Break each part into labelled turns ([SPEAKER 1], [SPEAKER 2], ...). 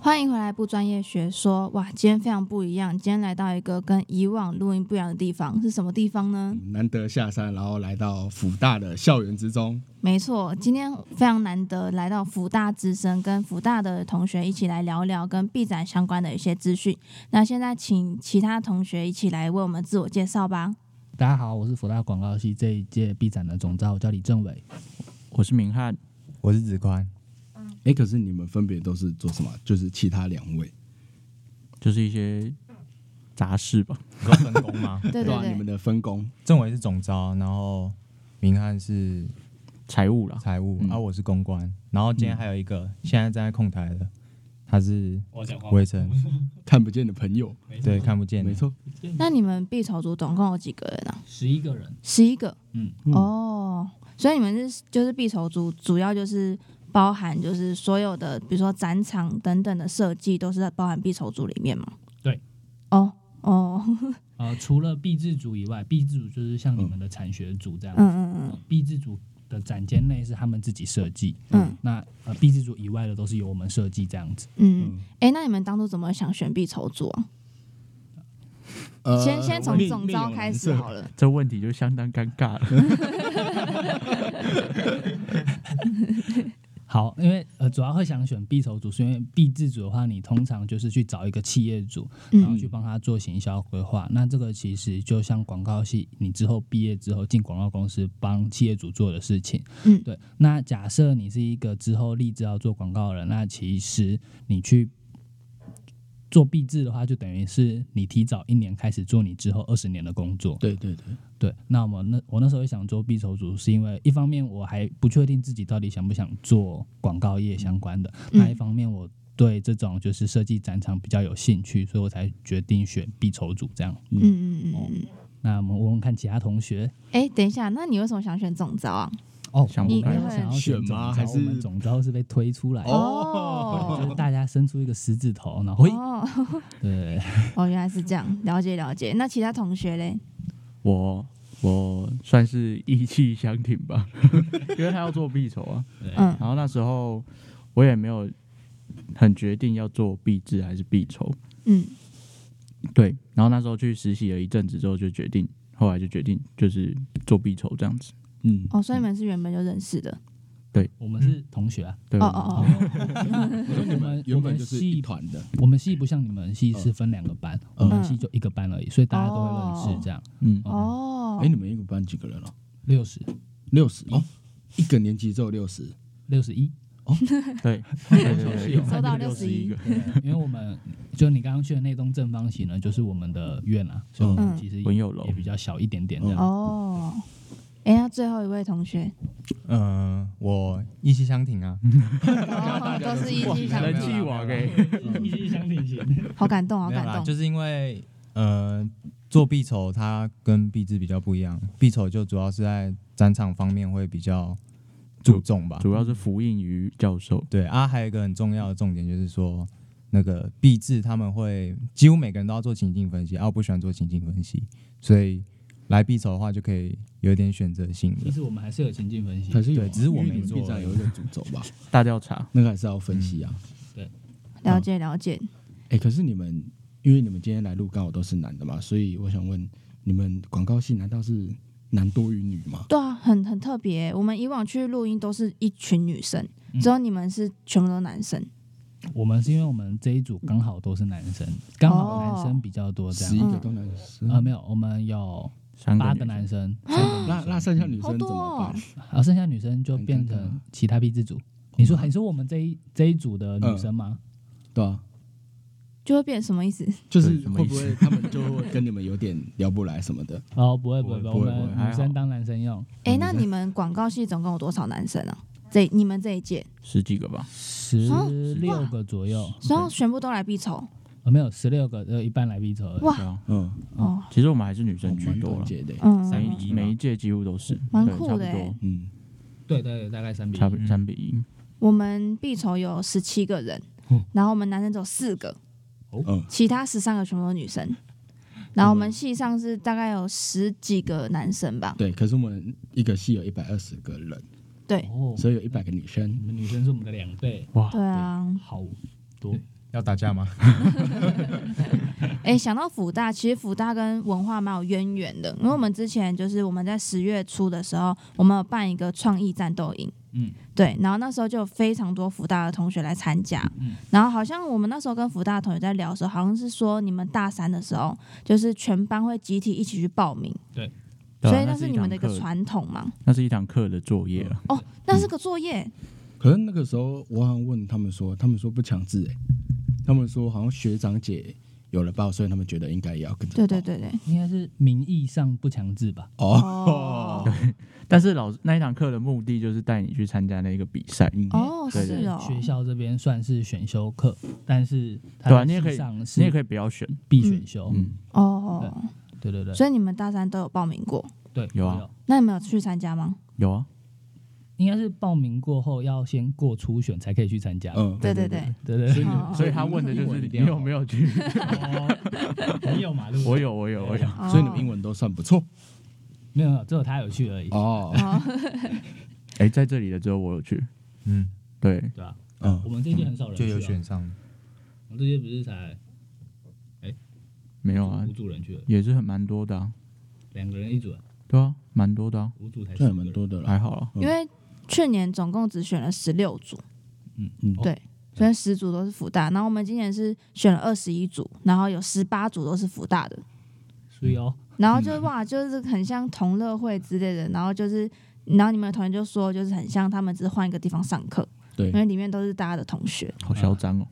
[SPEAKER 1] 欢迎回来，不专业学说。哇，今天非常不一样，今天来到一个跟以往录音不一样的地方，是什么地方呢？
[SPEAKER 2] 难得下山，然后来到辅大的校园之中。
[SPEAKER 1] 没错，今天非常难得来到福大之声，跟福大的同学一起来聊聊跟 B 展相关的一些资讯。那现在请其他同学一起来为我们自我介绍吧。
[SPEAKER 3] 大家好，我是福大广告系这一届 B 展的总招，我叫李政伟。
[SPEAKER 4] 我是明翰，
[SPEAKER 5] 我是子宽，
[SPEAKER 2] 哎，可是你们分别都是做什么？就是其他两位，
[SPEAKER 4] 就是一些杂事吧。
[SPEAKER 5] 你说分工吗？
[SPEAKER 1] 对
[SPEAKER 2] 对
[SPEAKER 1] 对
[SPEAKER 2] 吧、你们
[SPEAKER 1] 对，
[SPEAKER 2] 的分工，
[SPEAKER 5] 政委是总招，然后明翰是
[SPEAKER 4] 财务啦，
[SPEAKER 5] 财务，
[SPEAKER 2] 嗯
[SPEAKER 5] 啊我是公关，然后今天还有一个现在站在控台的，他是
[SPEAKER 6] 我讲话
[SPEAKER 5] 维晨，
[SPEAKER 2] 看不见的朋友，
[SPEAKER 5] 对，看不见，
[SPEAKER 2] 没，错。
[SPEAKER 1] 那你们 B 筹组总共有几个人啊？
[SPEAKER 6] 十一个人，
[SPEAKER 1] 十一个。
[SPEAKER 6] 嗯，
[SPEAKER 1] 哦，所以你们是就是 B 筹组，主要就是包含就是所有的，比如说展场等等的设计，都是在包含 B 筹组里面吗？
[SPEAKER 6] 对。
[SPEAKER 1] 哦哦，
[SPEAKER 6] 呃，除了毕制组以外，毕制组就是像你们的产学组这样
[SPEAKER 1] 嗯
[SPEAKER 6] 子，
[SPEAKER 1] 嗯嗯
[SPEAKER 6] 毕制组的展间内是他们自己设计，
[SPEAKER 1] 嗯
[SPEAKER 6] 那呃毕制组以外的都是由我们设计这样子。
[SPEAKER 1] 嗯，哎、那你们当初怎么想选 B 筹组啊？
[SPEAKER 2] 呃
[SPEAKER 1] 先先从
[SPEAKER 2] 另
[SPEAKER 1] 总招开始好。了。
[SPEAKER 4] 这问题就相当尴尬了。
[SPEAKER 6] 好，因为呃主要会想选 B 筹组，是因为 B 制组的话，你通常就是去找一个企业主，然后
[SPEAKER 1] 嗯
[SPEAKER 6] 去帮他做行销规划。那这个其实就像广告系，你之后毕业之后进广告公司帮企业主做的事情。
[SPEAKER 1] 嗯
[SPEAKER 6] 对。那假设你是一个之后立志要做广告的人，那其实你去做毕制的话，就等于是你提早一年开始做你之后二十年的工作。
[SPEAKER 2] 对对对，
[SPEAKER 6] 对，那我们那我那时候也想做必筹组，是因为一方面我还不确定自己到底想不想做广告业相关的，
[SPEAKER 1] 嗯
[SPEAKER 6] 那一方面我对这种就是设计展场比较有兴趣，所以我才决定选必筹组这样。
[SPEAKER 1] 嗯嗯嗯嗯。
[SPEAKER 6] 那我们问问看其他同学
[SPEAKER 1] 哎、等一下，那你为什么想选总招啊？
[SPEAKER 6] 哦，
[SPEAKER 4] 想
[SPEAKER 6] 我
[SPEAKER 4] 不
[SPEAKER 6] 们
[SPEAKER 4] 开
[SPEAKER 6] 没有想要
[SPEAKER 2] 选
[SPEAKER 6] 总
[SPEAKER 2] 吗
[SPEAKER 6] 招
[SPEAKER 2] 还是
[SPEAKER 6] 我们总招是被推出来的，就
[SPEAKER 1] 哦
[SPEAKER 6] 是大家伸出一个十字头，然后会、
[SPEAKER 1] 哦
[SPEAKER 6] 对，
[SPEAKER 1] 哦，原来是这样，了解了解。那其他同学嘞？
[SPEAKER 4] 我我算是意气相挺吧，因为他要做必筹啊。
[SPEAKER 1] 嗯
[SPEAKER 4] 然后那时候我也没有很决定要做必制还是必筹，
[SPEAKER 1] 嗯
[SPEAKER 4] 对。然后那时候去实习了一阵子之后，就决定，后来就决定就是做必筹这样子。
[SPEAKER 2] 嗯，
[SPEAKER 1] 哦，所以你们是原本就认识的。
[SPEAKER 6] 我们是同学啊，
[SPEAKER 4] 对
[SPEAKER 1] 哦
[SPEAKER 4] 吧？
[SPEAKER 1] 哦哦，
[SPEAKER 6] 我们
[SPEAKER 2] 原本就是一
[SPEAKER 6] 系
[SPEAKER 2] 团的，
[SPEAKER 6] 我们系不像你们系是分两个班，
[SPEAKER 2] 嗯
[SPEAKER 6] 我们系就一个班而已，所以大家都会认识这样。
[SPEAKER 4] 嗯，
[SPEAKER 1] 哦
[SPEAKER 2] 哎，你们一个班几个人哦？
[SPEAKER 6] 六十、
[SPEAKER 2] 六十哦，一个年级只有六十，
[SPEAKER 6] 六十一，
[SPEAKER 4] 对，对对对对
[SPEAKER 1] 收到
[SPEAKER 4] 六十
[SPEAKER 1] 61
[SPEAKER 4] 一个，
[SPEAKER 6] 因为我们就你刚刚去的那栋正方形呢，就是我们的院啊，所以我们其实
[SPEAKER 4] 文友楼
[SPEAKER 6] 也比较小一点点这样。
[SPEAKER 1] 哦，哎、那最后一位同学，
[SPEAKER 5] 嗯，我意气相挺
[SPEAKER 1] 嗯
[SPEAKER 5] 啊，
[SPEAKER 1] 哦，都是一起想
[SPEAKER 4] 人
[SPEAKER 1] 的，
[SPEAKER 4] 气王哎。
[SPEAKER 6] 一心相挺型，
[SPEAKER 1] 好感动，好
[SPEAKER 5] 没有
[SPEAKER 1] 感
[SPEAKER 5] 啦，
[SPEAKER 1] 动。
[SPEAKER 5] 就是因为呃做必筹，它跟必制比较不一样，必筹就主要是在展场方面会比较注重吧，
[SPEAKER 4] 主要是服膺于教授。
[SPEAKER 5] 对啊，还有一个很重要的重点就是说，那个毕制他们会几乎每个人都要做情境分析，啊，我不喜欢做情境分析，所以来必筹的话就可以有一点选择性
[SPEAKER 6] 其
[SPEAKER 5] 的。
[SPEAKER 6] 实我们还是有情境分析
[SPEAKER 2] 还，是有啊，
[SPEAKER 5] 对只是我
[SPEAKER 2] 因为你
[SPEAKER 5] 没
[SPEAKER 2] 们
[SPEAKER 5] 做
[SPEAKER 2] B 站有一个主轴吧，
[SPEAKER 4] 大调查，
[SPEAKER 2] 那个还是要分析啊。
[SPEAKER 1] 了解了解。
[SPEAKER 2] 哎，可是你们，因为你们今天来录刚好都是男的嘛，所以我想问，你们广告系难道是男多于女吗？
[SPEAKER 1] 对啊，很很特别、我们以往去录音都是一群女生，只有你们是全部都男生。
[SPEAKER 6] 我们是因为我们这一组刚好都是男生，刚好男生比较多这
[SPEAKER 2] 哦十一
[SPEAKER 6] 样。
[SPEAKER 1] 嗯
[SPEAKER 2] 个都男生，
[SPEAKER 6] 啊，没有，我们有
[SPEAKER 4] 三
[SPEAKER 6] 八个
[SPEAKER 4] 女
[SPEAKER 6] 男生，
[SPEAKER 2] 那那剩下女生怎么
[SPEAKER 1] 嗯好多哦
[SPEAKER 2] 办？
[SPEAKER 6] 然后剩下女生就
[SPEAKER 2] 很尴
[SPEAKER 6] 变
[SPEAKER 2] 尬
[SPEAKER 6] 成其他 B 制组。你说，你说我们这一这一组的女生吗？
[SPEAKER 2] 对啊，
[SPEAKER 1] 就会变什么意思？
[SPEAKER 2] 就是
[SPEAKER 4] 对什么
[SPEAKER 2] 会
[SPEAKER 4] 意
[SPEAKER 2] 不
[SPEAKER 4] 思
[SPEAKER 2] 会他们就会跟你们有点聊不来什么 的？
[SPEAKER 6] 哦，不会不会
[SPEAKER 2] 不
[SPEAKER 6] 不
[SPEAKER 2] 会
[SPEAKER 6] 会，
[SPEAKER 2] 不
[SPEAKER 6] 我
[SPEAKER 2] 会
[SPEAKER 6] 们
[SPEAKER 4] 还
[SPEAKER 6] 女生
[SPEAKER 4] 好
[SPEAKER 6] 当男生用，
[SPEAKER 1] 哎、那你们广告系总共有多少男生啊？这你们这一届，
[SPEAKER 4] 十几个吧，
[SPEAKER 6] 十
[SPEAKER 1] 啊
[SPEAKER 6] 六个左右，
[SPEAKER 1] 然后全部都来必筹，
[SPEAKER 6] 呃没有十六个，呃一半来 B 筹。
[SPEAKER 1] 哇
[SPEAKER 4] 对啊。
[SPEAKER 2] 嗯，
[SPEAKER 1] 哦，
[SPEAKER 4] 其实我们还是女
[SPEAKER 2] 哦
[SPEAKER 4] 生居
[SPEAKER 2] 蛮
[SPEAKER 4] 多
[SPEAKER 2] 团
[SPEAKER 4] 了，
[SPEAKER 2] 结的欸。
[SPEAKER 1] 嗯，
[SPEAKER 5] 三
[SPEAKER 1] 嗯
[SPEAKER 5] 比一
[SPEAKER 4] 每一届几乎都是，
[SPEAKER 1] 蛮
[SPEAKER 4] 对
[SPEAKER 1] 酷
[SPEAKER 4] 差不
[SPEAKER 1] 的欸
[SPEAKER 4] 多，
[SPEAKER 2] 嗯，
[SPEAKER 6] 对对，大概三比
[SPEAKER 4] 差不三比一，
[SPEAKER 1] 我们必筹有十七个人，然后我们男生只有四个，
[SPEAKER 2] 嗯
[SPEAKER 1] 其他十三个全部都是女生。然后我们系上是大概有十几个男生吧，
[SPEAKER 2] 对。可是我们一个系有一百二十个人，
[SPEAKER 1] 对
[SPEAKER 6] 哦，
[SPEAKER 2] 所以有一百个女生
[SPEAKER 6] 你。们女生是我们的两倍，
[SPEAKER 4] 哇，
[SPEAKER 1] 对啊，
[SPEAKER 6] 好多。
[SPEAKER 5] 要打架吗？
[SPEAKER 1] 哎、想到辅大，其实辅大跟文化蛮有渊源的，因为我们之前就是我们在十月初的时候，我们有办一个创意战斗营，
[SPEAKER 6] 嗯，
[SPEAKER 1] 对，然后那时候就有非常多辅大的同学来参加，
[SPEAKER 6] 嗯
[SPEAKER 1] 然后好像我们那时候跟辅大的同学在聊的时候，好像是说你们大三的时候，就是全班会集体一起去报名，
[SPEAKER 4] 对啊
[SPEAKER 1] 所以那
[SPEAKER 4] 是
[SPEAKER 1] 是你们的一个
[SPEAKER 4] 堂课，嗯
[SPEAKER 1] 传统嘛？
[SPEAKER 4] 那是一堂课的作业啊了。
[SPEAKER 1] 哦，那是个作业，
[SPEAKER 2] 可是那个时候，我好像问他们说，他们说不强制、欸，他们说好像学长姐有了报，所以他们觉得应该也要跟着。
[SPEAKER 1] 对对对对，
[SPEAKER 6] 应该是名义上不强制吧？
[SPEAKER 2] 哦，
[SPEAKER 1] 哦
[SPEAKER 4] 但是老师那一堂课的目的就是带你去参加那个比赛，
[SPEAKER 2] 嗯，
[SPEAKER 1] 哦
[SPEAKER 4] 对对
[SPEAKER 1] 是哦，
[SPEAKER 6] 学校这边算是选修课，但是它
[SPEAKER 4] 对啊
[SPEAKER 6] 的
[SPEAKER 4] 你也可以
[SPEAKER 6] 系上是
[SPEAKER 4] 你也可以不要选。
[SPEAKER 6] 必选修。
[SPEAKER 4] 嗯，
[SPEAKER 1] 哦，
[SPEAKER 6] 对对对，
[SPEAKER 1] 所以你们大三都有报名过，
[SPEAKER 6] 对
[SPEAKER 4] 有啊，
[SPEAKER 1] 那你们有去参加吗？
[SPEAKER 4] 有啊，
[SPEAKER 6] 应该是报名过后要先过初选才可以去参加。
[SPEAKER 2] 嗯，
[SPEAKER 1] 对对对，
[SPEAKER 6] 对对对，
[SPEAKER 1] 哦
[SPEAKER 4] 所以他问的就是你有没有去？
[SPEAKER 6] 你有嘛？对不对
[SPEAKER 4] 我，有，我有，我有。
[SPEAKER 1] 哦
[SPEAKER 2] 所以你们英文都算不错
[SPEAKER 6] 没有没有，只有他有去而已，
[SPEAKER 2] 哦。
[SPEAKER 1] 哦
[SPEAKER 4] 哎，在这里的只有我有去。
[SPEAKER 5] 嗯，
[SPEAKER 4] 对，
[SPEAKER 6] 对吧？
[SPEAKER 2] 嗯
[SPEAKER 6] 我们这届很少人
[SPEAKER 5] 就
[SPEAKER 6] 去啊
[SPEAKER 5] 有选，上。
[SPEAKER 6] 我们这届不是才
[SPEAKER 4] 没有啊
[SPEAKER 6] 五，组人去了，
[SPEAKER 4] 也是很蛮多的啊。
[SPEAKER 6] 两个人一组啊，
[SPEAKER 4] 对啊，蛮多的啊，
[SPEAKER 6] 五组才
[SPEAKER 2] 这
[SPEAKER 6] 四
[SPEAKER 2] 还
[SPEAKER 6] 个
[SPEAKER 2] 蛮
[SPEAKER 6] 人
[SPEAKER 2] 多的啦，
[SPEAKER 4] 还好啊。
[SPEAKER 1] 因为去年总共只选了十六组，
[SPEAKER 2] 嗯嗯，
[SPEAKER 1] 对，所以十组都是福大。然后我们今年是选了二十一组，然后有十八组都是福大的，
[SPEAKER 6] 所以哦，
[SPEAKER 1] 然后就哇，就是很像同乐会之类的。然后就是，然后你们的同学就说，就是很像他们只是换一个地方上课，
[SPEAKER 2] 对
[SPEAKER 1] 因为里面都是大家的同学。
[SPEAKER 4] 好嚣张哦！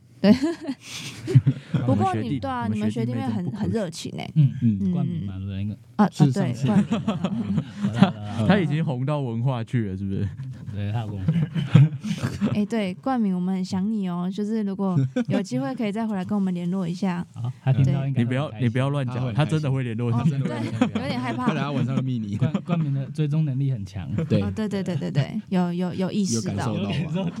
[SPEAKER 1] 不过
[SPEAKER 4] 学弟
[SPEAKER 1] 你对啊，
[SPEAKER 4] 我
[SPEAKER 1] 你
[SPEAKER 4] 们
[SPEAKER 1] 们
[SPEAKER 4] 学
[SPEAKER 1] 学
[SPEAKER 4] 弟
[SPEAKER 1] 弟
[SPEAKER 4] 妹
[SPEAKER 1] 妹
[SPEAKER 4] 真
[SPEAKER 1] 很
[SPEAKER 4] 不可
[SPEAKER 1] 很
[SPEAKER 4] 取
[SPEAKER 1] 热情哎、
[SPEAKER 6] 嗯，
[SPEAKER 2] 嗯，
[SPEAKER 1] 嗯
[SPEAKER 6] 冠名嘛，对不对？那个
[SPEAKER 1] 啊啊
[SPEAKER 2] 是上
[SPEAKER 1] 对，
[SPEAKER 2] 次
[SPEAKER 1] 冠名
[SPEAKER 6] 好啦好啦好啦
[SPEAKER 4] 他已经红到文化去了，是不是？
[SPEAKER 6] 对，他有跟我说，
[SPEAKER 1] 哎、对，冠名我们很想你哦，就是如果有机会可以再回来跟我们联络一下。
[SPEAKER 6] 好，他听到
[SPEAKER 1] 对
[SPEAKER 6] 应该
[SPEAKER 4] 你不要，你不
[SPEAKER 6] 要。
[SPEAKER 4] 要乱
[SPEAKER 2] 他会
[SPEAKER 4] 讲，
[SPEAKER 2] 很
[SPEAKER 4] 他
[SPEAKER 2] 开
[SPEAKER 4] 真的会联络
[SPEAKER 1] 哦，
[SPEAKER 4] 你。
[SPEAKER 1] 对，有点害怕
[SPEAKER 2] 快。来，他晚上会密你。
[SPEAKER 6] 冠冠名的追踪能力 很强，
[SPEAKER 2] 对
[SPEAKER 1] 哦，， 对对对对对，有有有意识
[SPEAKER 2] 有感
[SPEAKER 1] 到
[SPEAKER 2] 受。到吗？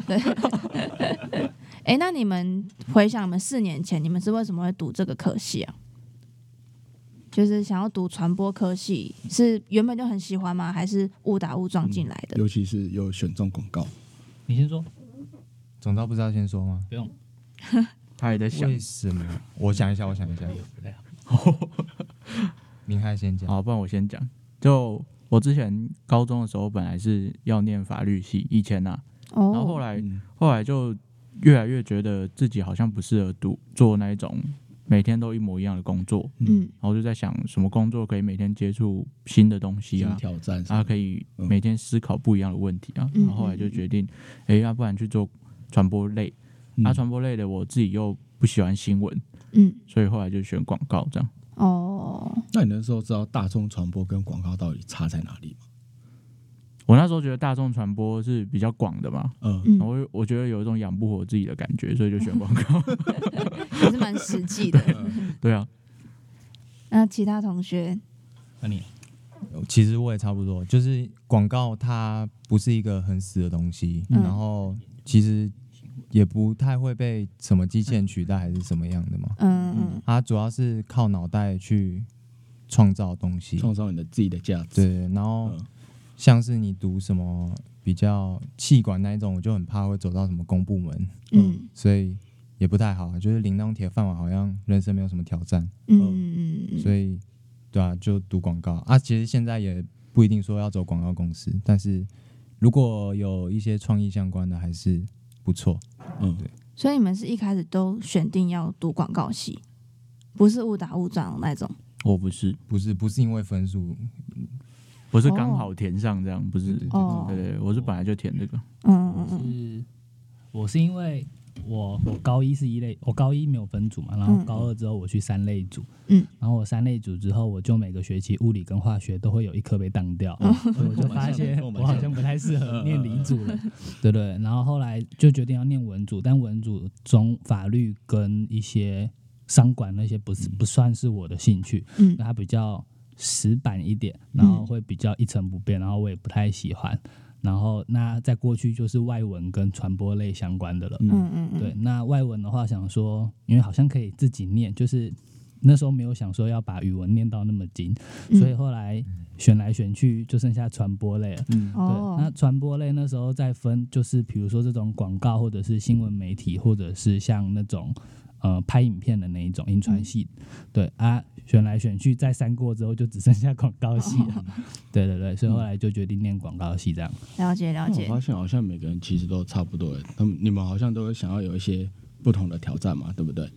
[SPEAKER 1] 哎，那你们回想你们四年前，你们是为什么会读这个科系啊？就是想要读传播科系，是原本就很喜欢吗？还是误打误撞进来的？
[SPEAKER 2] 尤其是有选中广告，
[SPEAKER 6] 你先说，
[SPEAKER 5] 总招不是要先说吗？
[SPEAKER 6] 不用。
[SPEAKER 4] 他也在想
[SPEAKER 5] 为。什么？我想一下，我想一下。明翰先 讲。
[SPEAKER 4] 好，不然我先讲。就我之前高中的时候，本来是要念法律系，以前啊，然后后
[SPEAKER 1] 哦，
[SPEAKER 4] 来
[SPEAKER 2] 嗯
[SPEAKER 4] 后来就越来越觉得自己好像不适合读做那一种每天都一模一样的工作，
[SPEAKER 1] 嗯，
[SPEAKER 4] 然后就在想什么工作可以每天接触新的东西
[SPEAKER 2] 新
[SPEAKER 4] 啊，
[SPEAKER 2] 挑战
[SPEAKER 4] 啊可以每天思考不一样的问题啊，
[SPEAKER 1] 嗯
[SPEAKER 4] 然后后来就决定，哎、要、不然去做传播类，
[SPEAKER 2] 嗯
[SPEAKER 4] 啊传播类的我自己又不喜欢新闻，
[SPEAKER 1] 嗯，
[SPEAKER 4] 所以后来就选广告这样。
[SPEAKER 1] 哦，
[SPEAKER 2] 那你那时候知道大众传播跟广告到底差在哪里吗？
[SPEAKER 4] 我那时候觉得大众传播是比较广的嘛，
[SPEAKER 2] 嗯，
[SPEAKER 1] 嗯
[SPEAKER 4] 然，后我觉得有一种养不活自己的感觉，所以就 选广告。
[SPEAKER 1] 也是蛮实际的。
[SPEAKER 4] 对啊，
[SPEAKER 1] 那其他同学，
[SPEAKER 6] 那你
[SPEAKER 5] 其实我也差不多，就是广告它不是一个很死的东西，
[SPEAKER 1] 嗯
[SPEAKER 5] 然后其实也不太会被什么机器人取代还是什么样的嘛。
[SPEAKER 1] 嗯嗯，
[SPEAKER 5] 它主要是靠脑袋去创造东西，
[SPEAKER 2] 创造你的自己的价值。
[SPEAKER 5] 对。然后
[SPEAKER 2] 嗯
[SPEAKER 5] 像是你读什么比较气管那一种，我就很怕会走到什么公部门，
[SPEAKER 1] 嗯
[SPEAKER 5] 所以也不太好。啊就是铃铛铁饭碗，好像人生没有什么挑战，
[SPEAKER 1] 嗯嗯嗯，
[SPEAKER 5] 所以对啊，就读广告啊。其实现在也不一定说要走广告公司，但是如果有一些创意相关的，还是不错。
[SPEAKER 2] 嗯，
[SPEAKER 1] 所以你们是一开始都选定要读广告系，不是误打误撞那种。
[SPEAKER 4] 我不是，
[SPEAKER 5] 不是不是因为分数，
[SPEAKER 4] 不是刚好填上这样，不是。
[SPEAKER 1] 哦
[SPEAKER 4] 对对对，我是本来就填这个。
[SPEAKER 1] 嗯嗯嗯，
[SPEAKER 6] 是我是因为我我高一是一类，我高一没有分组嘛，然后
[SPEAKER 1] 嗯
[SPEAKER 6] 高二之后我去三类组，
[SPEAKER 1] 嗯，
[SPEAKER 6] 然后我三类组之后，我就每个学期物理跟化学都会有一科被当掉，
[SPEAKER 1] 哦
[SPEAKER 6] 所以我就发现
[SPEAKER 2] 跟我蛮像的
[SPEAKER 6] 我好像不太适合念理组
[SPEAKER 1] 嗯
[SPEAKER 6] 了，对对，然后后来就决定要念文组，但文组中法律跟一些商管那些不是不算是我的兴趣，
[SPEAKER 1] 嗯
[SPEAKER 6] 它比较死板一点，然后会比较一成不变，然后我也不太喜欢。然后那在过去就是外文跟传播类相关的了。
[SPEAKER 1] 嗯嗯嗯，
[SPEAKER 6] 对，那外文的话，想说，因为好像可以自己念，就是那时候没有想说要把语文念到那么精，
[SPEAKER 1] 嗯
[SPEAKER 6] 所以后来选来选去就剩下传播类了。
[SPEAKER 2] 嗯
[SPEAKER 1] 哦
[SPEAKER 6] 对，，那传播类那时候再分，就是比如说这种广告，或者是新闻媒体，或者是像那种呃拍影片的那一种，银传系，对啊，选来选去，再三过之后就只剩下广告系了， 对对对，所以后来就决定念广告系这样，
[SPEAKER 1] 了解了
[SPEAKER 2] 但我
[SPEAKER 1] 解，
[SPEAKER 2] 发现好像每个人其实都差不多，他们你们好像都会想要有一些不同的挑战嘛，对不对？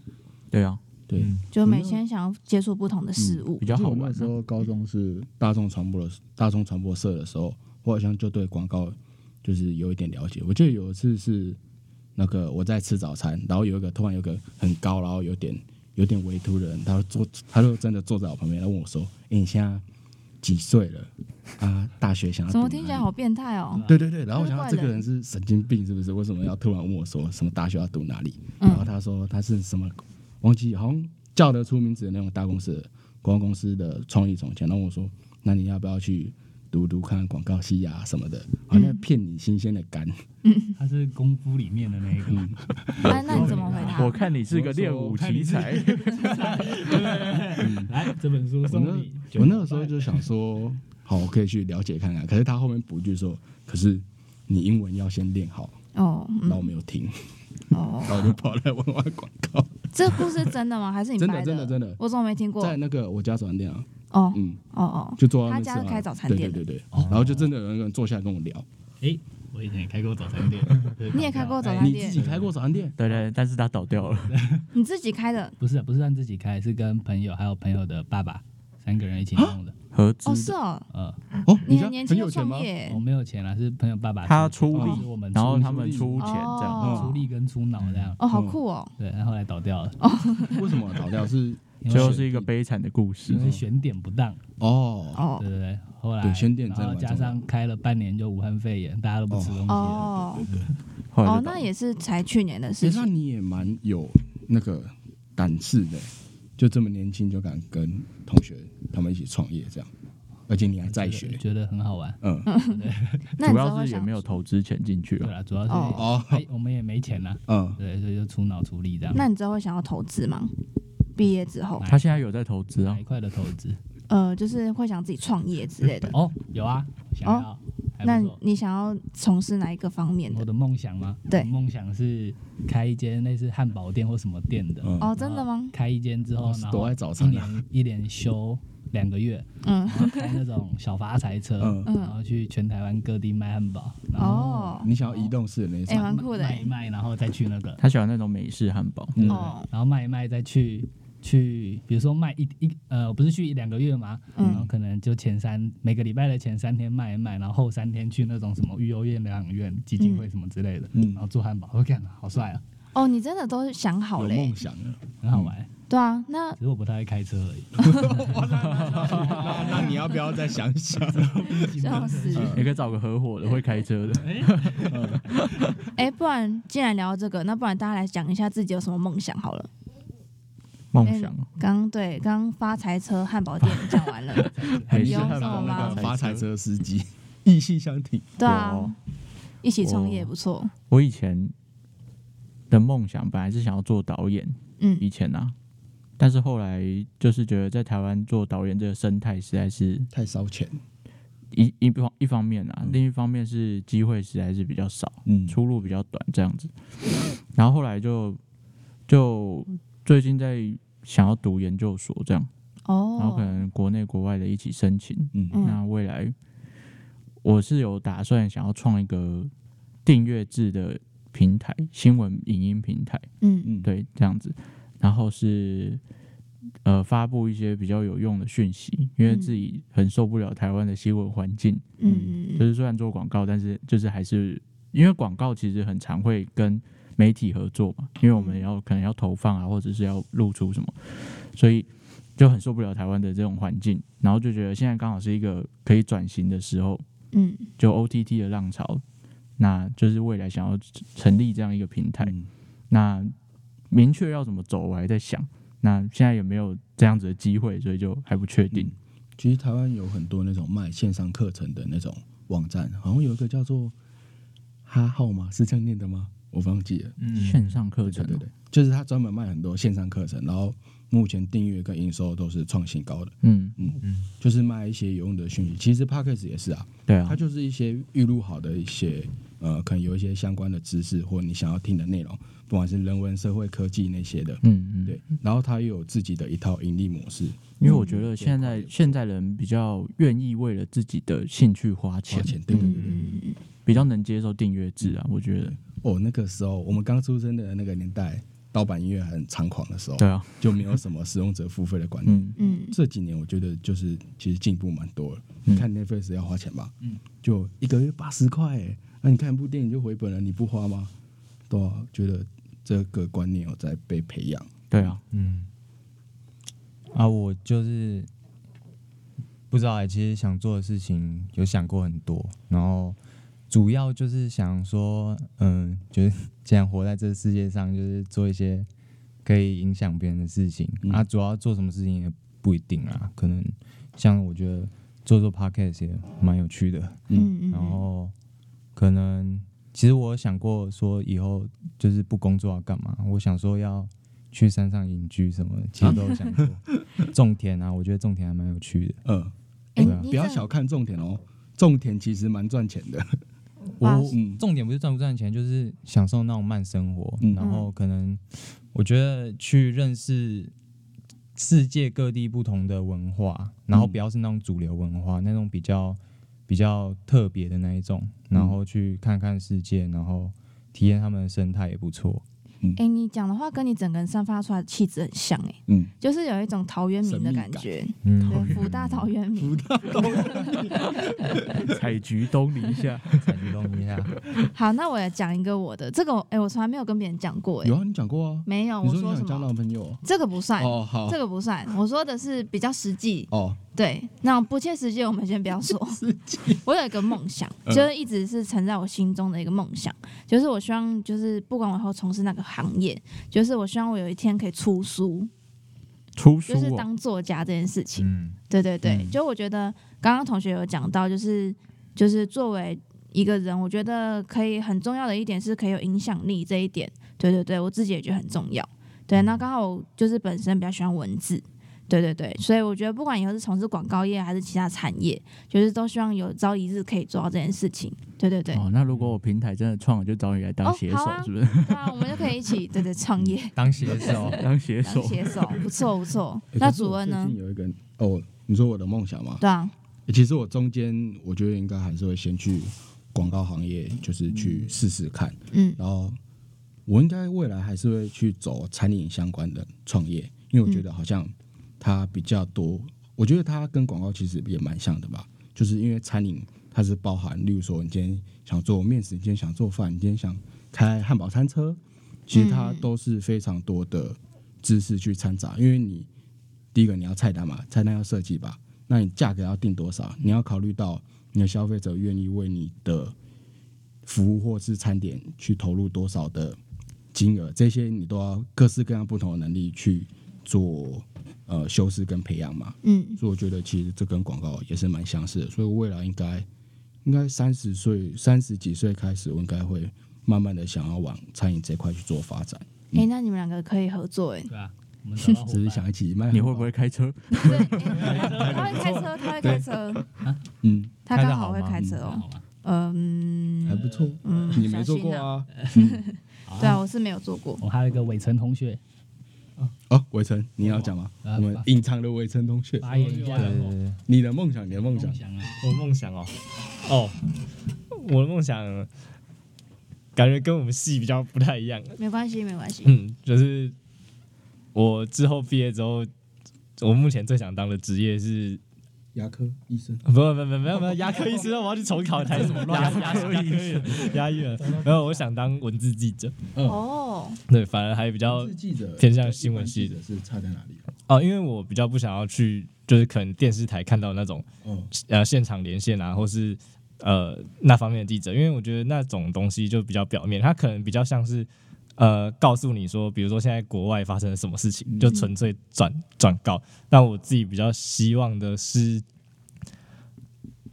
[SPEAKER 4] 对啊，
[SPEAKER 2] 对，
[SPEAKER 5] 嗯
[SPEAKER 1] 就每天想要接触不同的事物
[SPEAKER 4] 比。较
[SPEAKER 2] 我
[SPEAKER 4] 好玩
[SPEAKER 2] 那
[SPEAKER 4] 啊、
[SPEAKER 2] 时候高中是大众传播的大众传播社的时候，我好像就对广告就是有一点了解。我记得有一次是那个我在吃早餐，然后有一个突然有个很高，然后有点有点微凸的人，他坐他就真的坐在我旁边，他问我说：“诶你现在几岁了？啊，大学想要
[SPEAKER 1] 怎么
[SPEAKER 2] 读
[SPEAKER 1] 听起
[SPEAKER 2] 哪
[SPEAKER 1] 来
[SPEAKER 2] 里
[SPEAKER 1] 好变态哦？
[SPEAKER 2] 对对对，然后我
[SPEAKER 1] 怪
[SPEAKER 2] 想
[SPEAKER 1] 怪
[SPEAKER 2] 到
[SPEAKER 1] 的
[SPEAKER 2] 这个人是神经病是不是？为什么要突然问我说什么大学要读哪里？
[SPEAKER 1] 嗯
[SPEAKER 2] 然后他说他是什么，忘记好像叫得出名字的那种大公司的广告公司的创意总监。然后我说，那你要不要去读读看广告系啊什么的？好像骗你新鲜的肝。
[SPEAKER 6] 他嗯是功夫里面的那一个，
[SPEAKER 2] 嗯
[SPEAKER 1] 那哎那你怎么回答？
[SPEAKER 4] 我看你是个练武奇才，
[SPEAKER 6] 来这本书
[SPEAKER 2] 我
[SPEAKER 6] 送
[SPEAKER 2] 那
[SPEAKER 6] 你，
[SPEAKER 2] 我那个时候就想说，好，我可以去了解看看。可是他后面补一句说，可是你英文要先练好。
[SPEAKER 1] 哦
[SPEAKER 2] 然后我没有听，
[SPEAKER 1] 哦，
[SPEAKER 2] 然后我就跑来问问广告，
[SPEAKER 1] 这故事真的吗？还是你
[SPEAKER 2] 真的
[SPEAKER 1] 掰
[SPEAKER 2] 真的真的
[SPEAKER 1] 我怎么没听过？
[SPEAKER 2] 在那个我家转店啊，
[SPEAKER 1] 哦
[SPEAKER 2] 嗯，
[SPEAKER 1] 哦哦，
[SPEAKER 2] 就坐在
[SPEAKER 1] 他
[SPEAKER 2] 那边
[SPEAKER 1] 家
[SPEAKER 2] 吃
[SPEAKER 1] 是
[SPEAKER 2] 饭
[SPEAKER 1] 开早餐店的
[SPEAKER 2] 对对对对，然后就真的有那个人坐下来跟我聊，
[SPEAKER 6] 哎，我以前也开过 早餐店，
[SPEAKER 1] 你也开过早
[SPEAKER 6] 哎
[SPEAKER 1] 餐
[SPEAKER 2] 你自
[SPEAKER 1] 店
[SPEAKER 2] 己，开过早餐店，
[SPEAKER 4] 对对，但是他倒掉了，
[SPEAKER 1] 你自己开的？
[SPEAKER 6] 不是不是让自己开，是跟朋友还有朋友的爸爸三个人一起弄的。
[SPEAKER 4] 合资
[SPEAKER 1] 哦，
[SPEAKER 4] 的
[SPEAKER 1] 是哦，
[SPEAKER 6] 呃，
[SPEAKER 2] 哦，
[SPEAKER 1] 你
[SPEAKER 2] 家
[SPEAKER 1] 很年轻
[SPEAKER 2] 很有
[SPEAKER 1] 就
[SPEAKER 2] 钱
[SPEAKER 1] 创
[SPEAKER 2] 吗？
[SPEAKER 1] 业
[SPEAKER 6] 我，没有钱啦，啊是朋友爸爸
[SPEAKER 4] 他
[SPEAKER 6] 出
[SPEAKER 4] 出
[SPEAKER 6] 钱
[SPEAKER 4] 力
[SPEAKER 6] 就是我们出，
[SPEAKER 4] 然后他们出钱这样，
[SPEAKER 1] 哦
[SPEAKER 6] 出力跟出脑这样。
[SPEAKER 1] 哦，好酷哦，
[SPEAKER 2] 嗯
[SPEAKER 6] 对，然后后来倒掉了，
[SPEAKER 2] 哦为什么倒 掉是
[SPEAKER 6] 因
[SPEAKER 4] 最后
[SPEAKER 6] 为
[SPEAKER 4] 是一个悲惨的故事
[SPEAKER 6] 因。为选点不当，
[SPEAKER 2] 哦，
[SPEAKER 1] 哦
[SPEAKER 6] 对对对。后来
[SPEAKER 2] 对选点真的
[SPEAKER 6] 然后
[SPEAKER 2] 蛮重要
[SPEAKER 6] 加上开了半年就武汉肺炎，大家都不吃东西了。
[SPEAKER 1] 哦
[SPEAKER 4] 后来
[SPEAKER 1] 哦
[SPEAKER 4] 就，倒
[SPEAKER 1] 那
[SPEAKER 4] 了
[SPEAKER 1] 也是才去年的事
[SPEAKER 2] 其实
[SPEAKER 1] 情
[SPEAKER 2] 哎那。你也蛮有那个胆识的，就这么年轻就敢跟同学他们一起创业这样，而且你还在
[SPEAKER 6] 觉得
[SPEAKER 2] 学，
[SPEAKER 6] 觉得很好玩。
[SPEAKER 2] 嗯，
[SPEAKER 1] 那你
[SPEAKER 4] 主
[SPEAKER 1] 之后
[SPEAKER 4] 要
[SPEAKER 1] 会
[SPEAKER 4] 是也
[SPEAKER 1] 想
[SPEAKER 4] 没有投资钱进去
[SPEAKER 6] 对
[SPEAKER 4] 啊，
[SPEAKER 6] 啦，主要是
[SPEAKER 1] 哦
[SPEAKER 6] 哎我们也没钱啦，
[SPEAKER 2] 嗯，
[SPEAKER 6] 对，所以就出脑出力这样。
[SPEAKER 1] 那你之后会想要投资吗？毕业之后，
[SPEAKER 4] 他现在有在投资啊
[SPEAKER 6] 哪一，块的投资？
[SPEAKER 1] 呃，就是会想自己创业之类的。
[SPEAKER 6] 哦，有啊，想要，
[SPEAKER 1] 哦
[SPEAKER 6] 还不
[SPEAKER 1] 那
[SPEAKER 6] 错
[SPEAKER 1] 你想要从事哪一个方面
[SPEAKER 6] 我
[SPEAKER 1] 的？
[SPEAKER 6] 的梦想吗？
[SPEAKER 1] 对
[SPEAKER 6] 我梦想是开一间类似汉堡店或什么店的。
[SPEAKER 2] 嗯
[SPEAKER 1] 哦，真的吗？
[SPEAKER 6] 开一间之后，然
[SPEAKER 2] 躲
[SPEAKER 6] 后
[SPEAKER 2] 在早
[SPEAKER 6] 一
[SPEAKER 2] 餐啊，
[SPEAKER 6] 年一连休两个月，
[SPEAKER 1] 嗯
[SPEAKER 6] 然后开那种小发财车
[SPEAKER 2] 嗯，
[SPEAKER 6] 然后去全台湾各地卖汉堡，然后
[SPEAKER 1] 哦，
[SPEAKER 2] 你想要移动式的那
[SPEAKER 1] 哎，
[SPEAKER 2] 种，
[SPEAKER 1] 蛮酷的
[SPEAKER 6] 卖一
[SPEAKER 1] 欸。
[SPEAKER 6] 卖，然后再去那个，
[SPEAKER 4] 他喜欢那种美式汉堡，
[SPEAKER 2] 嗯
[SPEAKER 1] 哦，
[SPEAKER 6] 然后卖一卖，再去去，比如说卖一一呃，不是去一两个月嘛，
[SPEAKER 1] 嗯
[SPEAKER 6] 然后可能就前三每个礼拜的前三天卖一卖，然后后三天去那种什么育幼院、疗养院、基金会什么之类的，
[SPEAKER 2] 嗯
[SPEAKER 6] 然后做汉堡，我看好帅啊，
[SPEAKER 1] 哦，你真的都想好
[SPEAKER 2] 有
[SPEAKER 1] 嘞
[SPEAKER 2] 梦？想啊了，
[SPEAKER 6] 很好
[SPEAKER 2] 嗯
[SPEAKER 6] 玩。
[SPEAKER 1] 对啊，那
[SPEAKER 6] 只是我不太会开车而已。
[SPEAKER 1] 哦
[SPEAKER 2] 那那你要不要再想 想？
[SPEAKER 1] 笑死！
[SPEAKER 4] 你可以找个合伙的会开车的，
[SPEAKER 1] 哎，不然既然聊到这个，那不然大家来讲一下自己有什么梦想好了。
[SPEAKER 4] 梦
[SPEAKER 1] 哎
[SPEAKER 4] 想啊
[SPEAKER 1] 刚对，刚发财车汉堡店讲完了，哎
[SPEAKER 4] 美
[SPEAKER 1] 有
[SPEAKER 4] 式
[SPEAKER 1] 什
[SPEAKER 4] 汉
[SPEAKER 1] 么
[SPEAKER 4] 堡
[SPEAKER 1] 吗
[SPEAKER 4] 那个
[SPEAKER 2] 发财。车司机，意气相挺，
[SPEAKER 1] 对啊
[SPEAKER 4] 有，
[SPEAKER 1] 一起创业也不错。
[SPEAKER 4] 我以前的梦想本来是想要做导演，
[SPEAKER 1] 嗯
[SPEAKER 4] 以前啊，但是后来就是觉得在台湾做导演这个生态实在是
[SPEAKER 2] 太烧钱，
[SPEAKER 4] 一一方一方面啊，另一方面是机会实在是比较少，
[SPEAKER 2] 嗯
[SPEAKER 4] 出路比较短这样子。然后后来就就最近在想要读研究所这样，然后可
[SPEAKER 1] 哦，
[SPEAKER 4] 能国内国外的一起申请。
[SPEAKER 2] 嗯
[SPEAKER 4] 那未来我是有打算想要创一个订阅制的平台，新闻影音平台，
[SPEAKER 1] 嗯
[SPEAKER 2] 嗯，
[SPEAKER 4] 对，这样子。然后是呃发布一些比较有用的讯息，因为
[SPEAKER 1] 嗯
[SPEAKER 4] 自己很受不了台湾的新闻环境。
[SPEAKER 1] 嗯
[SPEAKER 4] 就
[SPEAKER 1] 嗯
[SPEAKER 4] 是虽然做广告，但是就是还是因为广告其实很常会跟媒体合作嘛，因为我们要可能要投放啊，或者是要露出什么，所以就很受不了台湾的这种环境，然后就觉得现在刚好是一个可以转型的时候，
[SPEAKER 1] 嗯
[SPEAKER 4] 就 OTT 的浪潮，那就是未来想要成立这样一个平台，
[SPEAKER 2] 嗯
[SPEAKER 4] 那明确要怎么走，我还在想，那现在也没有这样子的机会，所以就还不确定。
[SPEAKER 2] 其实台湾有很多那种卖线上课程的那种网站，好像有一个叫做哈号吗？是这样念的吗？我忘记了。
[SPEAKER 4] 线上课
[SPEAKER 2] 对对
[SPEAKER 4] 程、哦
[SPEAKER 2] 对对，就是他专门卖很多线上课程，然后目前订阅跟营收都是创新高的，
[SPEAKER 4] 嗯，
[SPEAKER 2] 就是卖一些有用的讯息。其实 p a c k a g e 也是啊，
[SPEAKER 4] 对啊
[SPEAKER 2] 它，就是一些预录好的一些呃，可能有一些相关的知识或你想要听的内容，不管是人文、社会、科技那些的，
[SPEAKER 4] 嗯嗯，
[SPEAKER 2] 对。然后它又有自己的一套盈利模式，
[SPEAKER 4] 因为
[SPEAKER 7] 嗯
[SPEAKER 4] 我觉得现在现在人比较愿意为了自己的兴趣花钱，
[SPEAKER 2] 花钱，
[SPEAKER 1] 嗯
[SPEAKER 2] 对对对对。
[SPEAKER 4] 比较能接受订阅制啊，我觉得。
[SPEAKER 2] 哦，那个时候我们刚出生的那个年代，盗版音乐很猖狂的时候，
[SPEAKER 4] 对啊，
[SPEAKER 2] 就没有什么使用者付费的观念。
[SPEAKER 4] 嗯，
[SPEAKER 1] 嗯
[SPEAKER 2] 这几年我觉得就是其实进步蛮多了。
[SPEAKER 4] 嗯
[SPEAKER 2] 你看 Netflix 要花钱吧，就一个月八十块欸，那、你看一部电影就回本了，你不花吗？对啊、觉得这个观念有在被培养。
[SPEAKER 4] 对 啊，
[SPEAKER 5] 嗯，啊，我就是不知道、欸，其实想做的事情有想过很多，然后主要就是想说，嗯，就是既然活在这世界上，就是做一些可以影响别人的事情。
[SPEAKER 2] 嗯
[SPEAKER 5] 啊，主要做什么事情也不一定啦，可能像我觉得做做 podcast 也蛮有趣的，
[SPEAKER 1] 嗯嗯，
[SPEAKER 5] 然后可能其实我有想过说以后就是不工作要干嘛，我想说要去山上隐居什么的，其实都有想 过。种田啊，我觉得种田还蛮有趣的。
[SPEAKER 2] 嗯，
[SPEAKER 1] 哎
[SPEAKER 5] 对啊
[SPEAKER 1] 你
[SPEAKER 2] 不要
[SPEAKER 1] 这
[SPEAKER 2] 小看种田哦，种田其实蛮赚钱的。
[SPEAKER 5] 我
[SPEAKER 1] 哇
[SPEAKER 2] 嗯
[SPEAKER 5] 重点不是赚不赚钱，就是享受那种慢生活，
[SPEAKER 2] 嗯
[SPEAKER 5] 然后可能我觉得去认识。世界各地不同的文化，然后
[SPEAKER 2] 嗯
[SPEAKER 5] 不要是那种主流文化，那种比较比较特别的那一种，然后去看看世界，然后体验他们的生态也不错。
[SPEAKER 1] 哎、你讲的话跟你整个人散发出来的气质很像、哎，
[SPEAKER 2] 嗯，
[SPEAKER 1] 就是有一种桃园民的感觉，
[SPEAKER 5] 嗯
[SPEAKER 1] 对，福大桃园民，
[SPEAKER 4] 采菊东篱 下，
[SPEAKER 5] 采菊东啊 篱下。
[SPEAKER 1] 好，那我也讲一个我的，这个我哎、我从来没有跟别人讲过、哎、
[SPEAKER 2] 有啊，你讲过啊。
[SPEAKER 1] 没有，嗯
[SPEAKER 2] 你
[SPEAKER 1] 我
[SPEAKER 2] 说
[SPEAKER 1] 什
[SPEAKER 2] 你想交
[SPEAKER 1] 么？
[SPEAKER 2] 男朋友哦？
[SPEAKER 1] 这个不算，
[SPEAKER 2] 哦，好
[SPEAKER 1] 这，个不算，我说的是比较实际，
[SPEAKER 2] 哦，
[SPEAKER 1] 对，那种不切实际我们先不要说。 我有一个梦想，
[SPEAKER 2] 嗯
[SPEAKER 1] 就是一直是存在我心中的一个梦想，就是我希望，就是不管我以后从事那个行业，就是我希望我有一天可以出书，
[SPEAKER 4] 出书
[SPEAKER 1] 就是
[SPEAKER 4] 哦，
[SPEAKER 1] 当作家这件事情。
[SPEAKER 5] 嗯
[SPEAKER 1] 对对对，
[SPEAKER 5] 嗯
[SPEAKER 1] 就我觉得刚刚同学有讲到，就是就是作为一个人，我觉得可以很重要的一点是可以有影响力这一点。对对对，我自己也觉得很重要。对，
[SPEAKER 2] 嗯
[SPEAKER 1] 那刚好我就是本身比较喜欢文字，对对对，所以我觉得不管以后是从事广告业还是其他产业，就是都希望有朝一日可以做到这件事情。对对对，
[SPEAKER 4] 哦，那如果我平台真的创了，就找你来当写
[SPEAKER 1] 哦好
[SPEAKER 4] 手
[SPEAKER 1] 啊，
[SPEAKER 4] 是 不是？。
[SPEAKER 1] 对啊，我们就可以一起对对创 业
[SPEAKER 5] 当写手
[SPEAKER 4] 当写
[SPEAKER 1] 当
[SPEAKER 4] 手，
[SPEAKER 1] 写手，不错不错。
[SPEAKER 2] 欸
[SPEAKER 1] 那
[SPEAKER 2] 可是
[SPEAKER 1] 主
[SPEAKER 2] 我
[SPEAKER 1] 任
[SPEAKER 2] 最
[SPEAKER 1] 呢
[SPEAKER 2] 近？有一个哦，你说我的梦想吗？
[SPEAKER 1] 对啊，
[SPEAKER 2] 欸其实我中间我觉得应该还是会先去广告行业，就是去试试看。
[SPEAKER 1] 嗯
[SPEAKER 2] 然后我应该未来还是会去走餐饮相关的创业，因为我觉得好像它比较多，我觉得它跟广告其实也蛮像的吧，就是因为餐饮它是包含，例如说你今天想做面食，你今天想做饭，你今天想开汉堡餐车，其实它
[SPEAKER 1] 嗯
[SPEAKER 2] 都是非常多的知识去掺杂，因为你第一个你要菜单嘛，菜单要设计吧，那你价格要定多少，你要考虑到你的消费者愿意为你的服务或是餐点去投入多少的金额，这些你都要各式各样不同的能力去做呃修饰跟培养嘛。
[SPEAKER 1] 嗯
[SPEAKER 2] 所以我觉得其实这跟广告也是蛮相似的，所以我未来应该应该三十岁三十几岁开始，我应该会慢慢的想要往餐饮这块去做发展，
[SPEAKER 1] 哎、那你们两个可以合作哎、
[SPEAKER 6] 对啊，我们找到伙
[SPEAKER 2] 只是
[SPEAKER 6] 伴
[SPEAKER 2] 想一起卖。
[SPEAKER 4] 哦你会不会？开车？
[SPEAKER 1] 对，欸他会开车，他会开车，
[SPEAKER 2] 嗯，
[SPEAKER 1] 他刚好会开车
[SPEAKER 6] 好
[SPEAKER 1] 哦。
[SPEAKER 6] 吗？
[SPEAKER 1] 嗯
[SPEAKER 2] 还不错。
[SPEAKER 1] 嗯，
[SPEAKER 2] 你没做过啊？
[SPEAKER 1] 小心啊？对啊，我是没有做过。
[SPEAKER 6] 我还有一个伟成同学
[SPEAKER 2] 哦，伟成，你要讲吗？
[SPEAKER 6] 哦
[SPEAKER 2] 我们隐藏的伟成同学，
[SPEAKER 6] 发言一下，
[SPEAKER 5] 呃，
[SPEAKER 2] 你的梦想，你的梦想
[SPEAKER 6] 梦，想啊，
[SPEAKER 7] 我的梦想哦，哦，我的梦想感觉跟我们系比较不太一样。
[SPEAKER 1] 没关系，没关系。
[SPEAKER 7] 嗯，就是我之后毕业之后，我目前最想当的职业是，
[SPEAKER 2] 牙科医生。
[SPEAKER 7] 不不不不没有没有牙科医师，我要去重考 台什么牙牙科医师，牙医了。没有，我想当文字记者，
[SPEAKER 1] 哦，
[SPEAKER 7] 对，反而还比较
[SPEAKER 5] 呃
[SPEAKER 2] 是记者
[SPEAKER 7] 偏向新闻系的
[SPEAKER 2] 的是差在哪里？
[SPEAKER 7] 哦，因为我比较不想要去，就是可能电视台看到那种
[SPEAKER 1] 嗯
[SPEAKER 2] 哦，
[SPEAKER 7] 呃现场连线啊，或是呃那方面的记者，因为我觉得那种东西就比较表面，他可能比较像是呃告诉你说，比如说现在国外发生了什么事情，
[SPEAKER 4] 嗯
[SPEAKER 7] 就纯粹转转告。但我自己比较希望的是，